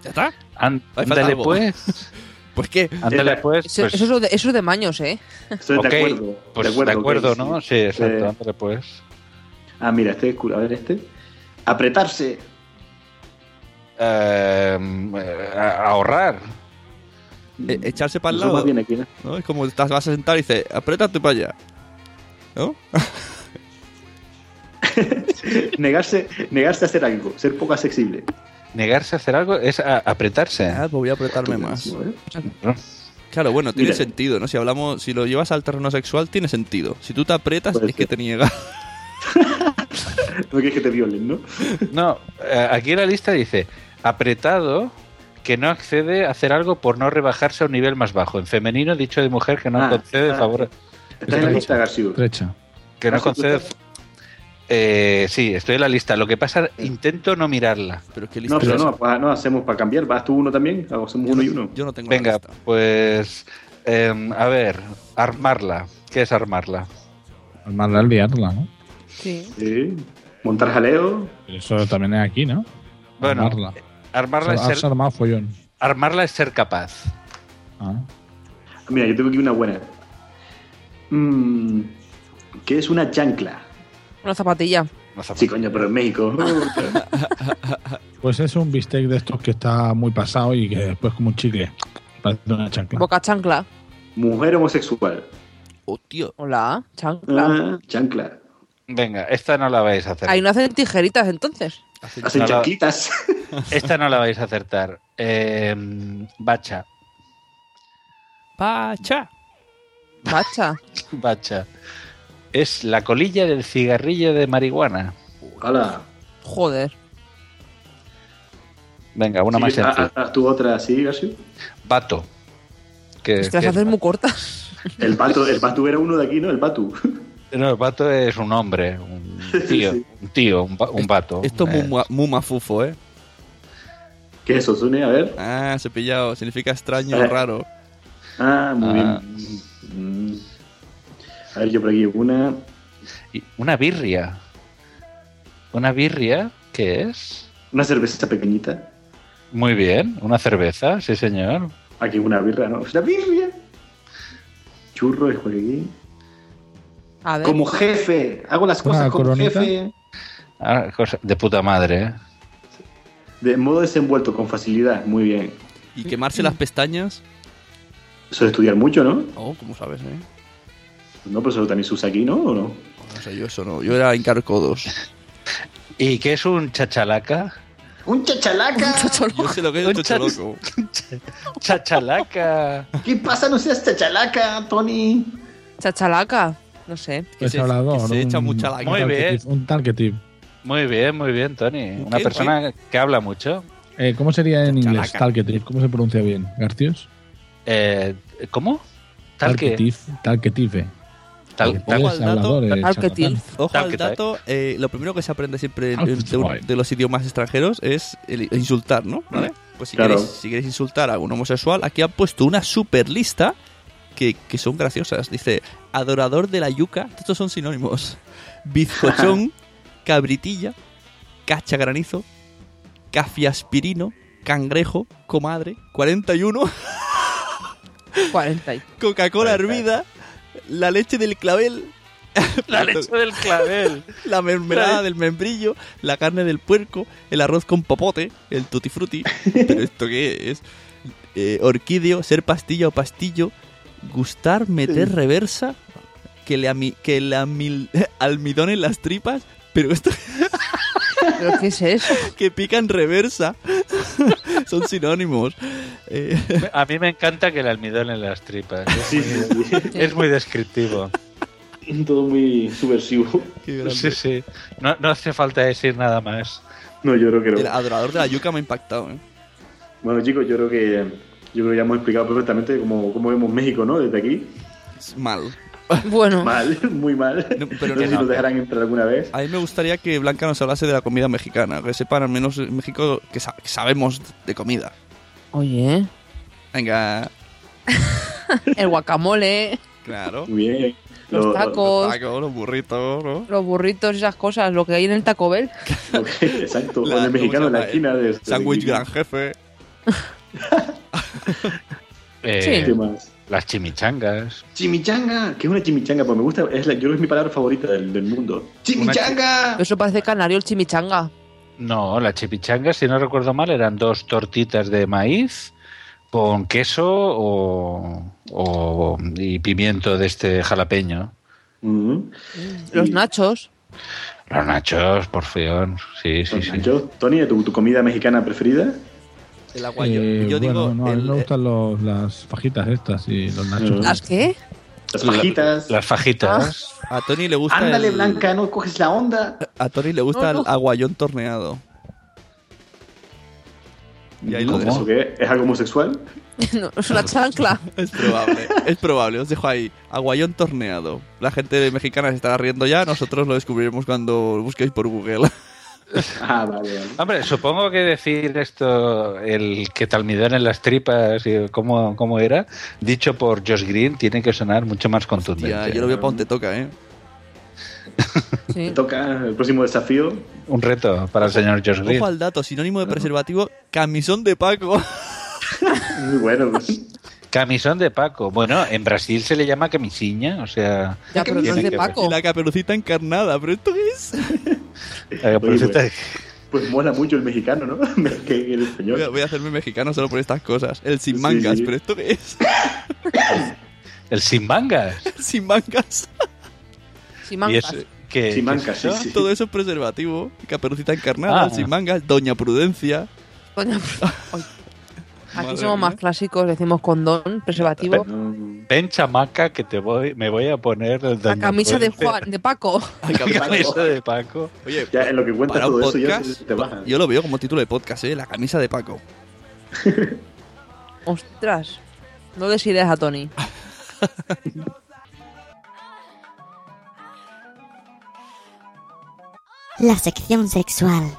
¿Ya está?
An-
Ahí falta
Ándale
algo.
pues.
(laughs) Pues qué.
Ándale pues.
Eso,
pues,
eso es lo de, eso es de maños, ¿eh?
Estoy
ok,
de acuerdo.
pues
de acuerdo, ok,
¿no?
sí.
Sí, exacto.
Eh,
Ándale pues.
Ah, mira, este es cool. A ver, este. Apretarse.
Em, eh, a- ahorrar.
E- echarse para el
Eso más
lado.
bien aquí, ¿no? (laughs)
¿no? Es como estás, vas a sentar y dices, apriétate para allá. ¿No?
negarse, negarse a hacer algo, ser poco accesible.
Negarse a hacer algo es a- apretarse.
Ah, pues voy a apretarme más.
¿no?
Claro, bueno, tiene
Mira.
sentido, ¿no? Si hablamos, si lo llevas al terreno sexual, tiene sentido. Si tú te aprietas,
Puede
es que te niegas.
No quieres que te violen, ¿no?
No, eh, aquí en la lista dice apretado que no accede a hacer algo por no rebajarse a un nivel más bajo. En femenino, dicho de mujer que no
Ah,
concede
ah,
favor,
Está en la lista, Garciu.
Trecha.
que no
Garciu, tú
concede.
estás-
Eh, sí, estoy en la lista. Lo que pasa, intento no mirarla.
(laughs) Pero es que
No,
listo.
pero no, pues, no hacemos para cambiar. ¿Vas tú uno también? Hacemos
yo,
uno y
no,
uno.
yo no tengo la
Venga,
lista.
pues em, a ver, armarla. ¿Qué es armarla?
Armarla al liarla, ¿no?
Sí.
Sí. Montar jaleo.
Pero eso también es aquí, ¿no?
Bueno,
armarla.
eh,
Armarla
Has
es ser,
armado follón.
armarla es ser capaz.
Ah.
Mira, yo tengo aquí una buena. Mm, ¿Qué es una chancla?
Una zapatilla.
No hace
Sí,
falta.
coño, pero en México.
Pues es un bistec de estos que está muy pasado y que después como un chicle. Parece una chancla.
Boca chancla.
Mujer homosexual.
Hostia.
Hola,
Mm.
chancla.
Ah, chancla.
Venga, esta no la vais a hacer.
Ahí no hacen tijeritas entonces.
Hacen
No, no.
chanclitas.
Esta no la vais a acertar. Em, bacha.
Pacha.
(laughs)
Macha.
Bacha. Es la colilla del cigarrillo de marihuana.
Hola.
Joder.
Venga, una más
Sí, ah,
sencilla.
haz- haz tú otra así, Garciu.
Bato. Que,
Es que las
que-
haces muy cortas.
El pato, el patu era uno de aquí, ¿no? El patu. (laughs)
No, el bato es un hombre, un tío, un tío, un, ba- un vato.
Esto es
Eh,
muy, mua- muy mafufo, ¿eh?
¿Qué es eso, Sune? A ver.
Ah, cepillado. Significa extraño,
Eh.
raro.
Ah, muy
Ah.
bien. Mm. A ver, yo por aquí una.
y Una birria. ¿Una birria? ¿Qué es?
Una cerveza pequeñita.
Muy bien, una cerveza, sí señor.
Aquí una birra, ¿no? Una birria. Churro de jueguín.
A ver.
Como jefe. Hago las cosas como
coronita.
jefe.
Ah, cosa de puta madre, ¿eh?
De modo desenvuelto, con facilidad. Muy bien.
Y quemarse las pestañas.
Eso es estudiar mucho, ¿no?
Oh, ¿cómo sabes, eh?
No, pero eso también se usa aquí, ¿no? ¿O no?
No sé, yo eso no. Yo era encarco 2.
¿Y qué es un chachalaca?
¡Un chachalaca!
(laughs)
Yo sé lo que es un chocholoco.
Chachalaca.
¿Qué pasa? No seas chachalaca, Tony.
Chachalaca. No sé.
Es
se- que
hablador.
se echa
un-
mucha lágrima.
un
Muy
target
bien.
tip, Un target tip.
(laughs) Muy bien, muy bien, Tony. Una
Qué
persona que habla mucho.
Eh, ¿Cómo sería en inglés?
Chachalaca.
Target tip. ¿Cómo se pronuncia bien? ¿Garcius?
Eh, ¿Cómo? Tal que.
tip. Target tip. eh.
Tal, tal-
Eres hablador, eres charlatán.
Ojo
Tal
al
que tal.
dato, eh, lo primero que se aprende siempre
Tal
de,
que
de un-
tal.
de los idiomas extranjeros es el insultar, ¿no? ¿Vale? Pues si,
Claro.
queréis, si queréis insultar a un homosexual, aquí han puesto una super lista que, que son graciosas. Dice, adorador de la yuca, estos son sinónimos. (laughs) Bizcochón, cabritilla, cacha granizo, cafiaspirino, cangrejo, comadre, 41,
40. y-
Coca-Cola hervida, la leche del clavel,
(laughs) la leche del clavel.
(laughs) la mermelada del membrillo, la carne del puerco, el arroz con popote, el tutti
(laughs)
frutti. ¿Pero esto qué es? Eh, orquídeo, ser pastilla o pastillo, gustar, meter reversa, que le, ami- que le amil- (laughs) almidón en las tripas, pero esto (laughs)
¿Pero qué es
(laughs)
eso?
que pica en reversa. (laughs) Son sinónimos. Eh,
A mí me encanta que el almidón en las tripas. Es,
Sí, sí,
(laughs)
sí.
es muy descriptivo.
Todo muy subversivo.
qué grande.
Sí, sí. No, no hace falta decir nada más.
No, yo creo que
El
no.
adorador de la yuca me ha impactado. ¿eh?
Bueno, chicos, yo creo que yo creo que ya hemos explicado perfectamente cómo, cómo vemos México, ¿no? Desde aquí.
Es mal.
Bueno,
Mal, (laughs) muy mal.
Ah. No, pero
pero no sé
no,
si nos
no.
dejarán entrar alguna vez.
A mí me gustaría que Blanca nos hablase de la comida mexicana, que sepan al menos en México que, sa- que sabemos de comida.
oye,
Venga,
el guacamole,
claro.
Muy bien.
los
Lo-
tacos,
Tacos, los burritos, ¿no?
los burritos, esas cosas, lo que hay en el Taco Bell.
lo- lo- (laughs) exacto.
La-
con el mexicano en la
¿cómo se llama?
esquina de este,
Sándwich
de-
gran jefe.
Eh,
¿Qué más?
Las chimichangas.
Chimichanga, que es una chimichanga, pues me gusta, es la, yo creo que es mi palabra favorita del, del mundo.
Ah.
¡Chimichanga!
Eso parece canario el chimichanga.
No, las chimichangas, si no recuerdo mal, eran dos tortitas de maíz con queso o, o- y pimiento de este jalapeño.
Mhm.
Mm. Los
Y-
nachos,
Los nachos, por fión. Sí, sí, sí.
Nacho, Tony, ¿tu, tu comida mexicana preferida?
El aguayo.
Eh,
Yo digo.
bueno, no, a mí
el-
me gustan los- las fajitas estas y los
Mm.
nachos.
¿las qué? (laughs)
Las fajitas.
Las fajitas.
a Tony le gusta.
Ándale,
el-
Blanca, no coges la onda.
A Tony le gusta
No,
el
no.
aguayón torneado. Y ahí lo
¿Cómo?
dejo.
¿Eso qué? ¿Es algo homosexual?
No, es una
(laughs)
chancla.
Es (laughs) probable, es probable. Os dejo ahí. Aguayón torneado. La gente mexicana se estará riendo ya. Nosotros lo descubriremos cuando busquéis por Google.
Ah, vale, vale.
Hombre, supongo que decir esto, el que te almidón en las tripas y cómo, cómo era, dicho por Josh Green, tiene que sonar mucho más contundente.
Tía, yo lo veo para donde toca, ¿eh?
Sí.
Te toca el próximo desafío.
Un reto para el señor Josh Green.
Ojo al dato, sinónimo de preservativo, camisón de Paco.
Muy bueno. pues.
Camisón de Paco. Bueno, en Brasil se le llama camisiña, o sea,
Ya, pero no
Tiene
es de
que ver.
Paco.
Y la caperucita encarnada, pero esto qué es.
eh, por
Oye,
eso te-
Pues mola mucho el mexicano, ¿no? (laughs) que el
Voy a,
español.
voy a hacerme mexicano solo por estas cosas. El sin
Sí,
mangas,
sí.
pero esto qué es. (laughs)
el sin mangas.
El sin mangas.
Y
Simancas.
eso- que,
Sin
que-
mangas, sí, sí.
Todo eso es preservativo. Caperucita encarnada,
Ah.
el sin mangas, Doña Prudencia.
Coño, ay.
Madre
Aquí somos
mía.
más clásicos, decimos condón, preservativo.
No.
Ven chamaca que te voy, me voy a poner el
La
doña
camisa de
Florencia.
Juan, de Paco.
Ay,
La
cabrón.
camisa de Paco.
(laughs) Oye,
Ya en lo que cuenta
para
todo
un
eso ya
podcast,
se- te baja.
yo lo veo como título de podcast, ¿eh? La camisa de Paco.
Ostras, no des ideas a Tony.
La sección sexual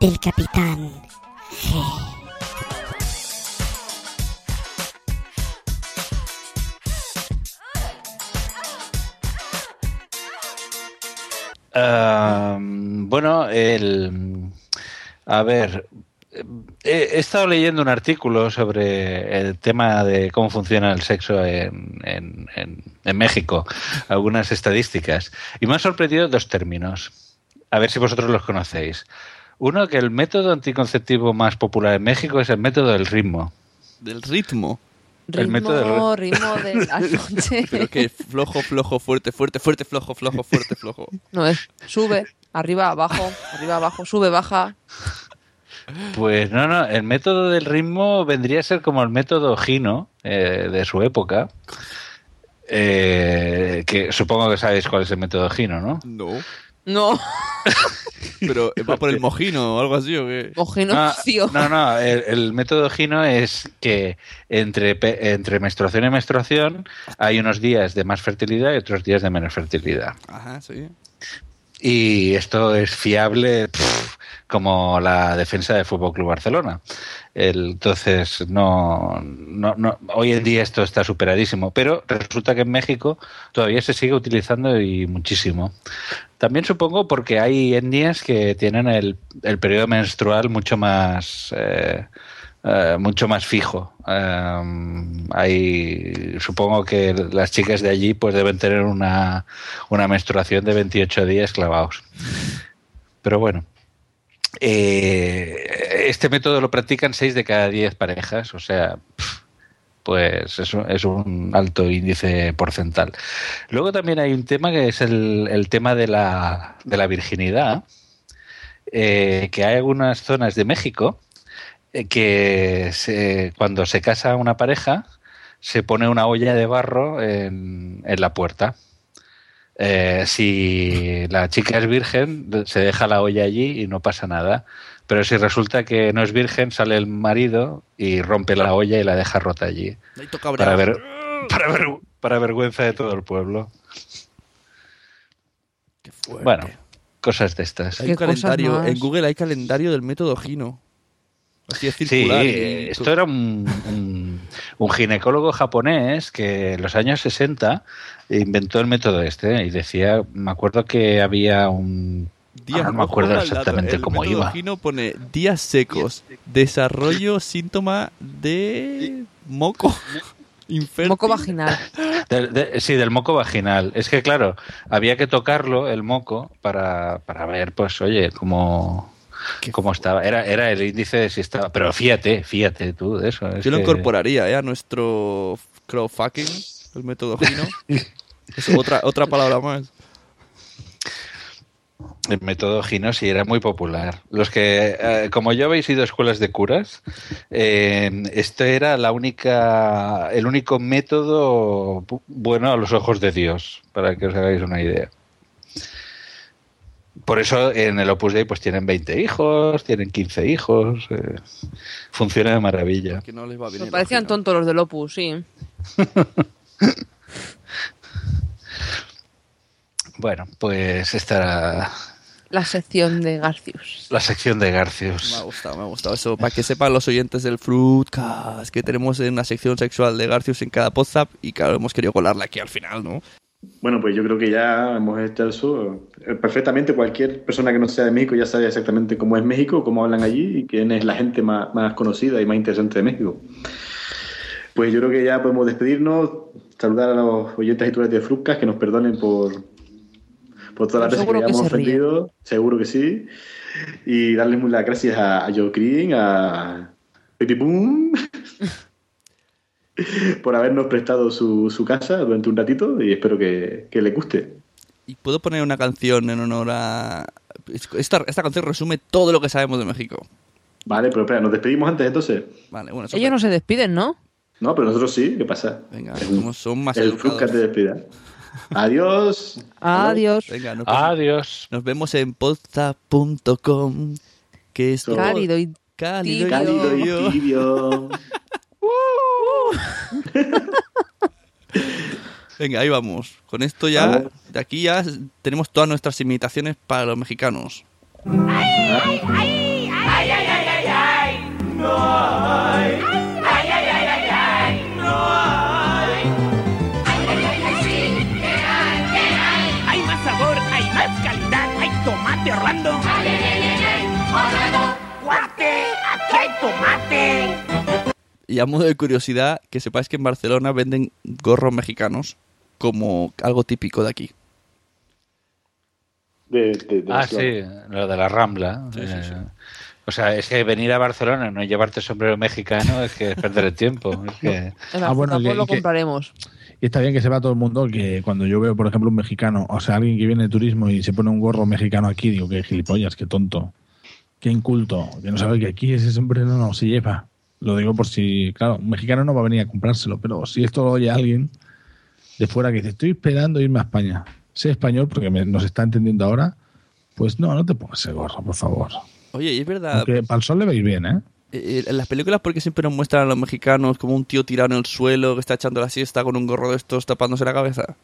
del capitán.
Ah, bueno, el, A ver, eh, he estado leyendo un artículo sobre el tema de cómo funciona el sexo en, en- en- en México, algunas estadísticas, y me han sorprendido dos términos. A ver si vosotros los conocéis. Uno, que el método anticonceptivo más popular en México es el método del ritmo.
¿Del ritmo?
el método del
Ritmo, ritmo
(laughs)
de la noche.
Pero
(laughs)
que flojo, flojo, fuerte, fuerte, fuerte, flojo, flojo, fuerte, flojo.
No es. Sube, arriba, abajo, arriba, abajo, sube, baja.
Pues no, no, el método del ritmo vendría a ser como el método Gino eh, de su época. Eh, que supongo que sabéis cuál es el método Gino, ¿no?
No.
No.
Pero eh, va
(laughs)
por el mojino o algo así o qué. Ah,
No,
Ojenocio.
Ah, no, no, el, el método Gino es que entre, pe- entre menstruación y menstruación hay unos días de más fertilidad y otros días de menos fertilidad.
Ajá, sí.
Y esto es fiable pf, como la defensa del Fútbol Club Barcelona. El- entonces, no, no, no- hoy en día esto está superadísimo, pero resulta que en México todavía se sigue utilizando y muchísimo. También supongo porque hay etnias que tienen el, el periodo menstrual mucho más. eh, eh, mucho más fijo. Em, hay, supongo que las chicas de allí pues deben tener una, una menstruación de 28 días clavados. Pero bueno, eh, este método lo practican 6 de cada 10 parejas, o sea, pf, pues es un, es un alto índice porcental. Luego también hay un tema que es el, el tema de la, de la virginidad, eh, que hay algunas zonas de México eh, que se- cuando se casa una pareja se pone una olla de barro en, en la puerta. Eh, si la chica es virgen, se deja la olla allí y no pasa nada. Pero si resulta que no es virgen, sale el marido y rompe la olla y la deja rota allí.
Ahí toca abrir.
Para, ver, para, ver- para vergüenza de todo el pueblo. Bueno, cosas de estas.
Pues Hay un calendario. En Google hay calendario del método Gino. Así es circular.
Sí,
y-
esto era un, un- un ginecólogo japonés que en los años 60 inventó el método este y decía, me acuerdo que había un...
Días
ahora Ah, no me
bajo
acuerdo
la lata.
exactamente
El
cómo
método
iba.
Gino pone días secos, desarrollo síntoma de moco. (laughs) Infértil.
Moco vaginal.
Del- de- sí, del moco vaginal. Es que claro, había que tocarlo, el moco, para, para ver, pues, oye, cómo, cómo estaba. Era, era el índice de si estaba... Pero fíjate, fíjate tú de eso. es
Yo lo
que-
incorporaría ¿eh? a nuestro crowdfucking, el método
(laughs)
Gino. Es otra, otra palabra más.
El método Gino sí era muy popular. Los que, eh, como yo habéis ido a escuelas de curas, eh, este era la única, el único método bu- bueno a los ojos de Dios, para que os hagáis una idea. Por eso en el Opus Dei pues tienen 20 hijos, tienen 15 hijos, eh, funciona de maravilla.
Que no les va bien.
Me
el
parecían tontos los del Opus, sí.
Bueno, pues esta era
La sección de Garcius.
la sección de Garcius.
Me ha gustado, me ha gustado eso. Para que sepan los oyentes del Fruitcast que tenemos en una sección sexual de Garcius en cada WhatsApp y claro, hemos querido colarla aquí al final, ¿no?
Bueno, pues yo creo que ya hemos hecho eso eh, perfectamente. Cualquier persona que no sea de México ya sabe exactamente cómo es México, cómo hablan allí y quién es la gente más, más conocida y más interesante de México. Pues yo creo que ya podemos despedirnos, saludar a los oyentes y de Frucas que nos perdonen por, por todas
Pero
las veces que
seguro
le
que
hayamos
se ríen.
ofendido, seguro que sí. Y darles muy las gracias a, a Joe Green, a Baby Boom, (laughs) por habernos prestado su, su casa durante un ratito y espero que, que le guste.
Y puedo poner una canción en honor a... Esta, esta canción resume todo lo que sabemos de México.
Vale, pero espera, nos despedimos antes entonces.
Vale, bueno, eso-
Ellos no se despiden, ¿no?
No, pero nosotros sí, ¿qué pasa?
Venga, somos- son más
El
educados.
Frucas te despida. Adiós.
(laughs)
Adiós.
Venga, nos vemos,
Adiós.
nos vemos en posta.com que es
Cálido y
Cálido y
Cálido y
tibio.
tibio.
Venga, ahí vamos. Con esto ya,
Vamos.
de aquí ya tenemos todas nuestras imitaciones para los mexicanos.
Hay más sabor, hay más calidad, hay tomate Orlando.
tomate.
Y a modo de curiosidad, que sepáis que en Barcelona venden gorros mexicanos como algo típico de aquí.
De, de- de
Ah,
las-
sí, lo de la Rambla. eh, O sea, es que venir a Barcelona y no llevarte sombrero mexicano es que es perder el
(laughs)
tiempo. Es que...
Ah, bueno,
tampoco
y-
lo
y que-
compraremos.
Mm.
Y está bien que sepa todo el mundo que cuando yo veo, por ejemplo, un mexicano, o sea, alguien que viene de turismo y se pone un gorro mexicano aquí, digo, qué gilipollas, qué tonto, qué inculto, que no sabe que aquí ese sombrero no se lleva. Lo digo por si, claro, un mexicano no va a venir a comprárselo, pero si esto lo oye alguien de fuera que dice, estoy esperando irme a España, sé español porque me- nos está entendiendo ahora, pues no, no te pongas ese gorro, por favor.
Oye, y es verdad,
Porque para el sol le veis bien, ¿eh?
eh, en las películas porque siempre nos muestran a los mexicanos como un tío tirado en el suelo que está echando la siesta con un gorro de estos tapándose la cabeza.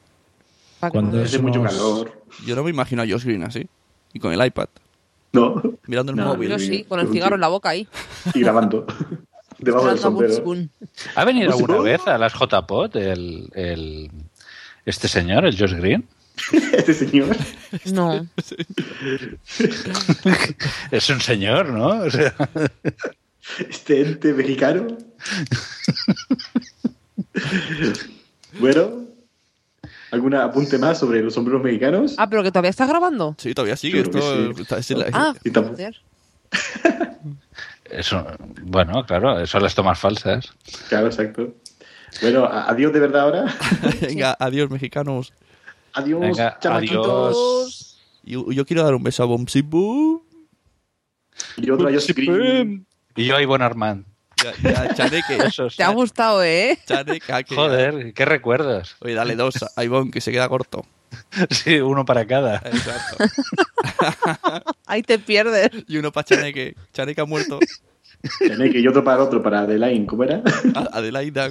Cuando
Hace mucho calor.
Yo no me imagino a Josh Green así. Y con el iPad.
No.
Mirando el
No,
móvil.
Yo sí, con el cigarro en la boca ahí.
Y
(laughs)
grabando. Debajo del
Esperando a Bugs
sombrero.
Bunny.
¿Ha venido
Pues
alguna
supongo-
vez a las JPOT el, el, este señor, el Josh Green?
(laughs) Este señor.
No.
Es un señor, ¿no? (laughs) O sea,
Este ente
(laughs)
mexicano. bueno. ¿Algún apunte más sobre los sombreros mexicanos?
(laughs) Ah, pero que todavía estás (laughs) grabando.
Sí, todavía sigue.
Yo creo
esto-
que sí.
está- es la-
Ah,
Y tampoco-
joder.
eso, bueno, claro, son las tomas falsas.
Claro, exacto. Bueno, a- adiós de verdad ahora.
(laughs) Venga, adiós, mexicanos.
Adiós,
Venga,
chamaquitos.
adiós.
Yo, yo quiero dar un beso a Bombsibu.
Y otro a Josh Green.
Y yo, Ivonne Armand.
Y a Chaneque.
(laughs) Esos.
Te ha gustado, ¿eh? (laughs)
Chaneque, ah, que-
Joder, qué recuerdos. (laughs)
Oye, dale dos a Ivonne, que se queda corto.
Sí, uno para cada.
Exacto.
Ahí te pierdes.
Y uno para Chaneque. Chaneque ha muerto.
Chaneque, y otro para otro, para Adeline, ¿cómo era? (laughs)
A- Adelaida.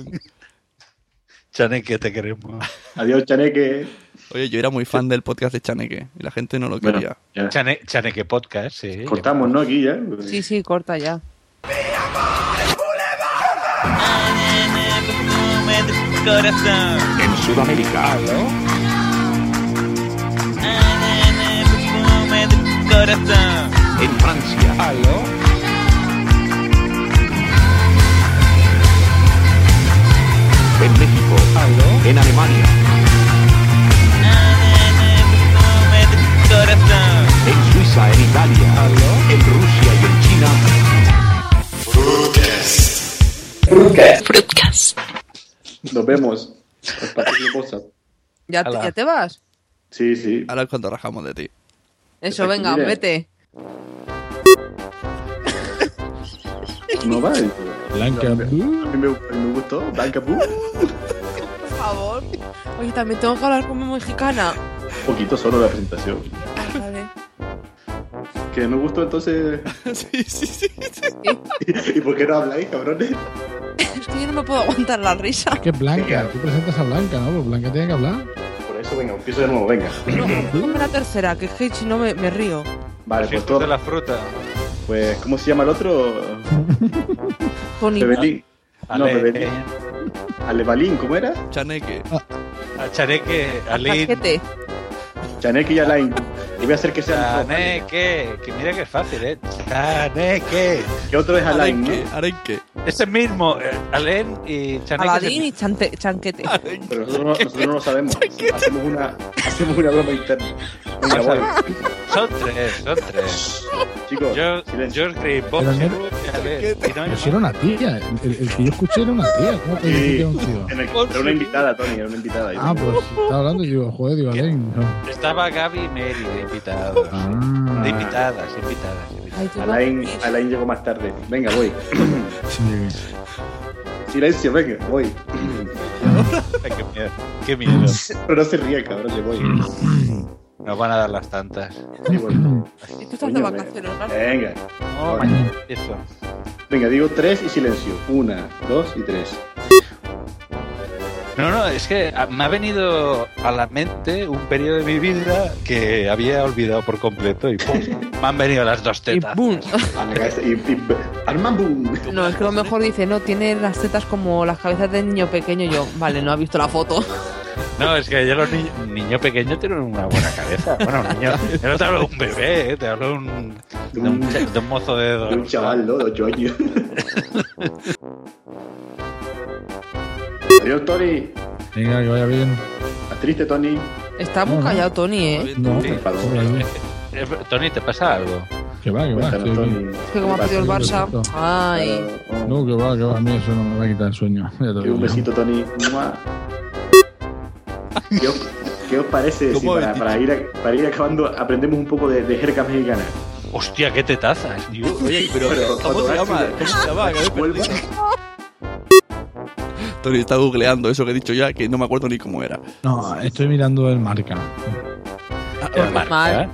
Chaneque, te queremos.
(laughs) Adiós, Chaneque.
Oye, yo era muy fan del podcast de Chaneque. Y la gente no lo
Bueno,
quería.
ya.
Chane- Chaneque Podcast, sí.
Cortamos, ¿no? Aquí ya.
Sí, sí, corta ya.
En Sudamérica. En Francia. En México. En Alemania. En Suiza, en Italia. En Rusia y en China.
Nos vemos. Os paséis de cosas.
¿Ya te,
Ala.
ya te vas?
Sí, sí.
Ahora es cuando rajamos de
(laughs)
ti.
Eso,
Exacto,
venga,
mira.
vete.
No va. dice.
Blanca,
A mí me, me gustó. Blanca Blue.
Por favor. Oye, también tengo que hablar como mexicana.
Un poquito solo la presentación.
Ah, Vale.
Que no gustó entonces. (laughs)
sí, sí, sí.
¿Y por qué no habláis, cabrones?
Es que yo no me puedo aguantar la risa.
Que Blanca, tú presentas a Blanca, ¿no? Pues Blanca tiene que hablar.
Por eso, venga, empiezo de nuevo, venga.
Ponme la tercera, que es que si no me, me río.
Vale, pues todo.
la fruta.
Pues, ¿cómo se llama el otro?
Con
Bebelín. No,
Ale-
Bebelín. Alebalín, ¿cómo era?
Chaneque.
a Chaneque, Alin.
Paquete.
Chaneque y Alain. Y voy a hacer que sea.
Chaneque, que mira que es fácil, ¿eh? Chaneque.
Y otro es Alain, ¿no?
Arenque. Arenque.
Ese mismo, eh, Alain y Chaneque.
Aladín
se-
y chante- chanquete.
Pero nosotros, no- nosotros no lo sabemos. Hacemos una, hacemos una broma interna. Venga, voy.
Son tres, son tres.
Chicos,
Yo,
silencio.
George Green, Bob
Pero no-
Seru y Alain. Y no hay
Pero
más.
si era una tía, el, el- el que yo escuché era una tía, ¿cómo te
Sí,
que era un tío?
en el- era una invitada, Tony, era una invitada.
Ah, pues estaba hablando y digo, joder, digo, Alain. no.
Estaba Gaby y Mary de invitados.
Ah,
De invitadas, invitadas. invitadas.
Ay, tú no-
Alain, Alain llegó más tarde. Venga, voy.
sí.
Silencio, venga, voy. (clears throat)
Ay, Qué miedo. Qué miedo.
(laughs)
Pero no se ríe, cabrón, le voy.
(clears throat)
Nos van a dar las tantas.
Y bueno,
Y Tú estás de
Coño,
vacaciones, ¿no?
Venga.
Oh, mañana empiezo.
Venga, digo tres y silencio. Una, dos y tres.
No, no, es que a- me ha venido a la mente un periodo de mi vida que había olvidado por completo y ¡pum! me han venido las dos
Y
tetas.
boom.
Ah,
Venga, este- Y, y, Arman
(laughs)
Boom.
(laughs) No, es que lo mejor dice, no, tiene las tetas como las cabezas de niño pequeño. Yo, vale, no ha visto la foto.
No, es que ya los niños niño pequeño tienen una buena cabeza. Bueno, un niño, yo no te hablo de un bebé, eh, te hablo de un, De un, de un mozo de dos.
De un chaval, ¿no? De ocho años.
(laughs)
Adiós, Tony.
Venga, que vaya bien.
Estás triste, Tony.
Está muy
No, no.
callado Tony, ¿eh?
No,
Sí.
pobre Tony.
Eh, Tony, ¿te pasa algo?
que va, que va.
Cuéntanos,
estoy
Pues Tony.
bien.
Es que como ha perdido el Barça. Ay.
No, que va, que va. A mí eso no me va a quitar el sueño. (laughs) Ya te lo
Que un
digo.
besito, Tony. Mua. ¿Qué os, qué os parece si
¿Cómo
para,
habéis
para ir, a- para ir acabando aprendemos un poco de, de jerga mexicana?
Hostia, qué tetazas, tío.
Oye, pero
Pero,
¿cómo se
Otto
llama?
Garfield.
¿Cómo se llama? Que me he perdido. (laughs) Tony está googleando eso que he dicho ya, que no me acuerdo ni cómo era.
No, estoy mirando el marca.
El marca. ¿eh?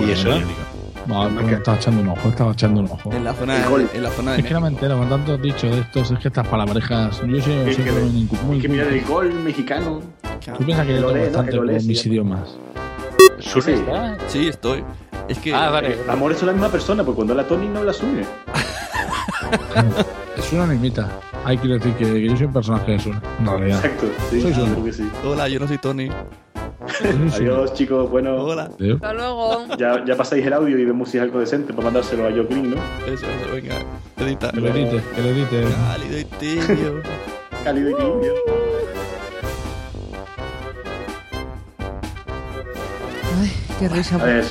¿Y eso?
No, no, estaba echando un ojo, estaba echando un ojo.
En la zona,
El gol.
en la zona de
Es que no me entero, con tantos dichos de estos, es que estas palabrejas. Yo soy
Es que,
siempre muy.
hay
muy-
que mirar el gol mexicano.
Tú piensas que
el
yo
olé,
tengo
¿no?
bastante
El olé,
con
sí.
mis idiomas.
¿Sur
Sí.
está?
Sí, estoy. Es que
Ah, vale.
eh, Amor es la misma persona, porque cuando habla Tony no habla Sune.
Es una nimita. Hay que decir que, que yo soy un personaje de Sune, en realidad.
Exacto. Sí,
Soy Sune.
creo que sí.
hola, yo no soy Tony.
Yo soy Sune.
(laughs) Adiós, chicos. Bueno,
Hola.
Adiós.
Hasta luego.
ya, ya pasáis el audio y vemos si es algo decente para mandárselo a Joe Green, ¿no?
Eso, eso, venga. Edita.
Que lo edite, que lo edite. eh.
Cálido y tibio.
Cálido y limpio.
Ay, qué risa.
A ver.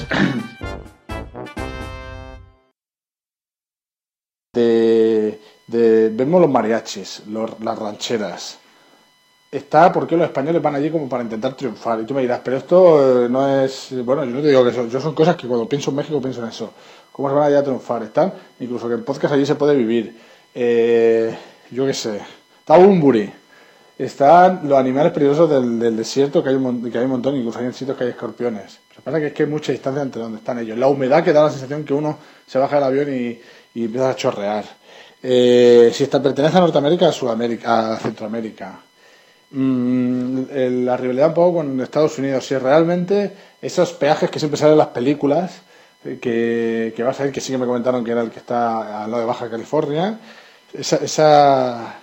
de, de- vemos los mariachis, los- las rancheras. Está porque los españoles van allí como para intentar triunfar. Y tú me dirás, pero esto eh, no es. Bueno, yo no te digo que eso. Yo son cosas que cuando pienso en México pienso en eso. ¿Cómo se van allá a triunfar? Están. Incluso que el podcast allí se puede vivir. Eh, yo qué sé. Está Bumburi. Están los animales peligrosos del, del desierto, que hay, un, mon- que hay un montón, incluso hay en sitios que hay escorpiones. Lo que pasa que es que hay mucha distancia entre donde están ellos. La humedad que da la sensación que uno se baja del avión y, y empieza a chorrear. Eh, si esta pertenece a Norteamérica, a, Sudamérica, a Centroamérica. Mm, el- la rivalidad un poco con Estados Unidos. Si realmente esos peajes que siempre salen en las películas, eh, que, que vas a ver, que sí que me comentaron que era el que está al lado de Baja California, esa, esa,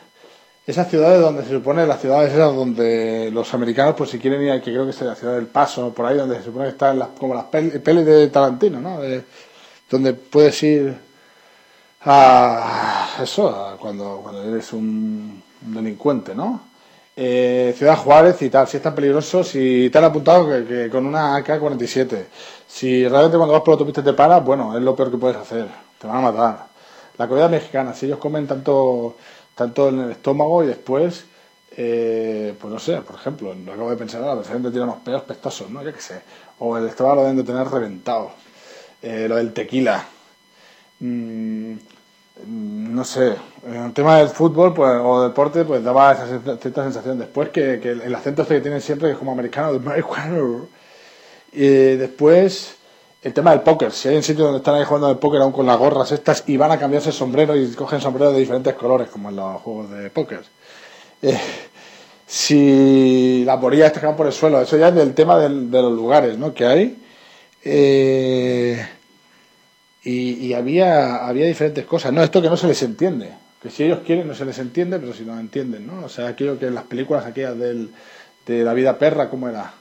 esas ciudades donde se supone las ciudades esas donde los americanos pues si quieren ir a- que creo que es la ciudad del paso por ahí donde se supone que están las como las pel- pelis, de Tarantino no De- donde puedes ir a eso a cuando cuando eres un, un delincuente no Eh, Ciudad Juárez y tal si es tan peligroso si te han apuntado que, que con una AK-47 si realmente cuando vas por la autopista te paras bueno es lo peor que puedes hacer te van a matar la comida mexicana, si ellos comen tanto, tanto en el estómago y después, eh, pues no sé, por ejemplo, lo acabo de pensar ahora, presidente tiene unos pelos pestosos, ¿no? Yo qué sé. O el estómago lo deben de tener reventado. Eh, lo del tequila. Mm, mm, no sé. En el tema del fútbol pues, o deporte, pues daba esa sen- cierta sensación. Después que, que el el acento este que tienen siempre, que es como americano, de marihuana. (laughs) Y después, el tema del póker. Si hay un sitio donde están ahí jugando al póker aún con las gorras estas y van a cambiarse el sombrero y cogen sombreros de diferentes colores, como en los juegos de póker. Eh, si las borillas estas que van por el suelo, eso ya es del tema del- de los lugares ¿no? que hay. Eh, y y había, había diferentes cosas. No, esto que no se les entiende. Que si ellos quieren no se les entiende, pero si no entienden, ¿no? O sea, aquello que en las películas aquellas del, de la vida perra, ¿cómo era?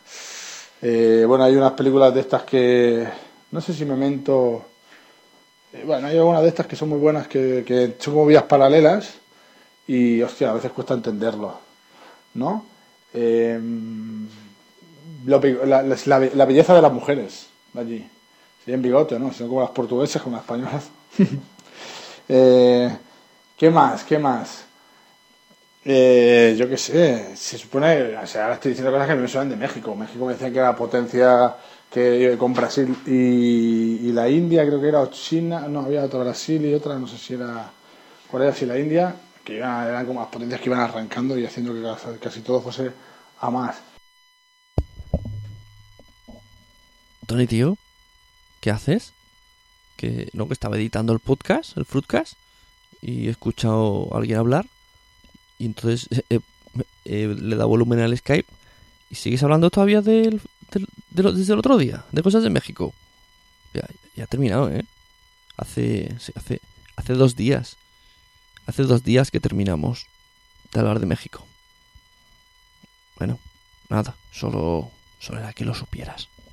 Eh, bueno, hay unas películas de estas que. No sé si Memento. eh, bueno, hay algunas de estas que son muy buenas, que, que son como vías paralelas. Y, hostia, a veces cuesta entenderlo. ¿No? Eh, lo pe- la, la- la be- la belleza de las mujeres de allí. Serían bigote, ¿no? Son como las portuguesas, como las españolas. (laughs) Eh, ¿Qué más? ¿Qué más? Eh, yo qué sé, se supone, o sea, ahora estoy diciendo cosas que me suenan de México. México me decían que era potencia que eh, con Brasil y, y la India, creo que era, o China, no, había otra Brasil y otra, no sé si era Corea, si la India, que iban- eran como las potencias que iban arrancando y haciendo que casi- casi todo fuese a más.
Tony, tío, ¿qué haces? Que no, que estaba editando el podcast, el Fruitcast, y he escuchado a alguien hablar, y entonces eh, eh, eh, le da volumen al Skype, y sigues hablando todavía del, del- de lo- desde el otro día, de cosas de México. Ya, ya ha terminado, ¿eh? Hace, sí, hace, hace dos días. Hace dos días que terminamos de hablar de México. Bueno, nada, solo, solo era que lo supieras.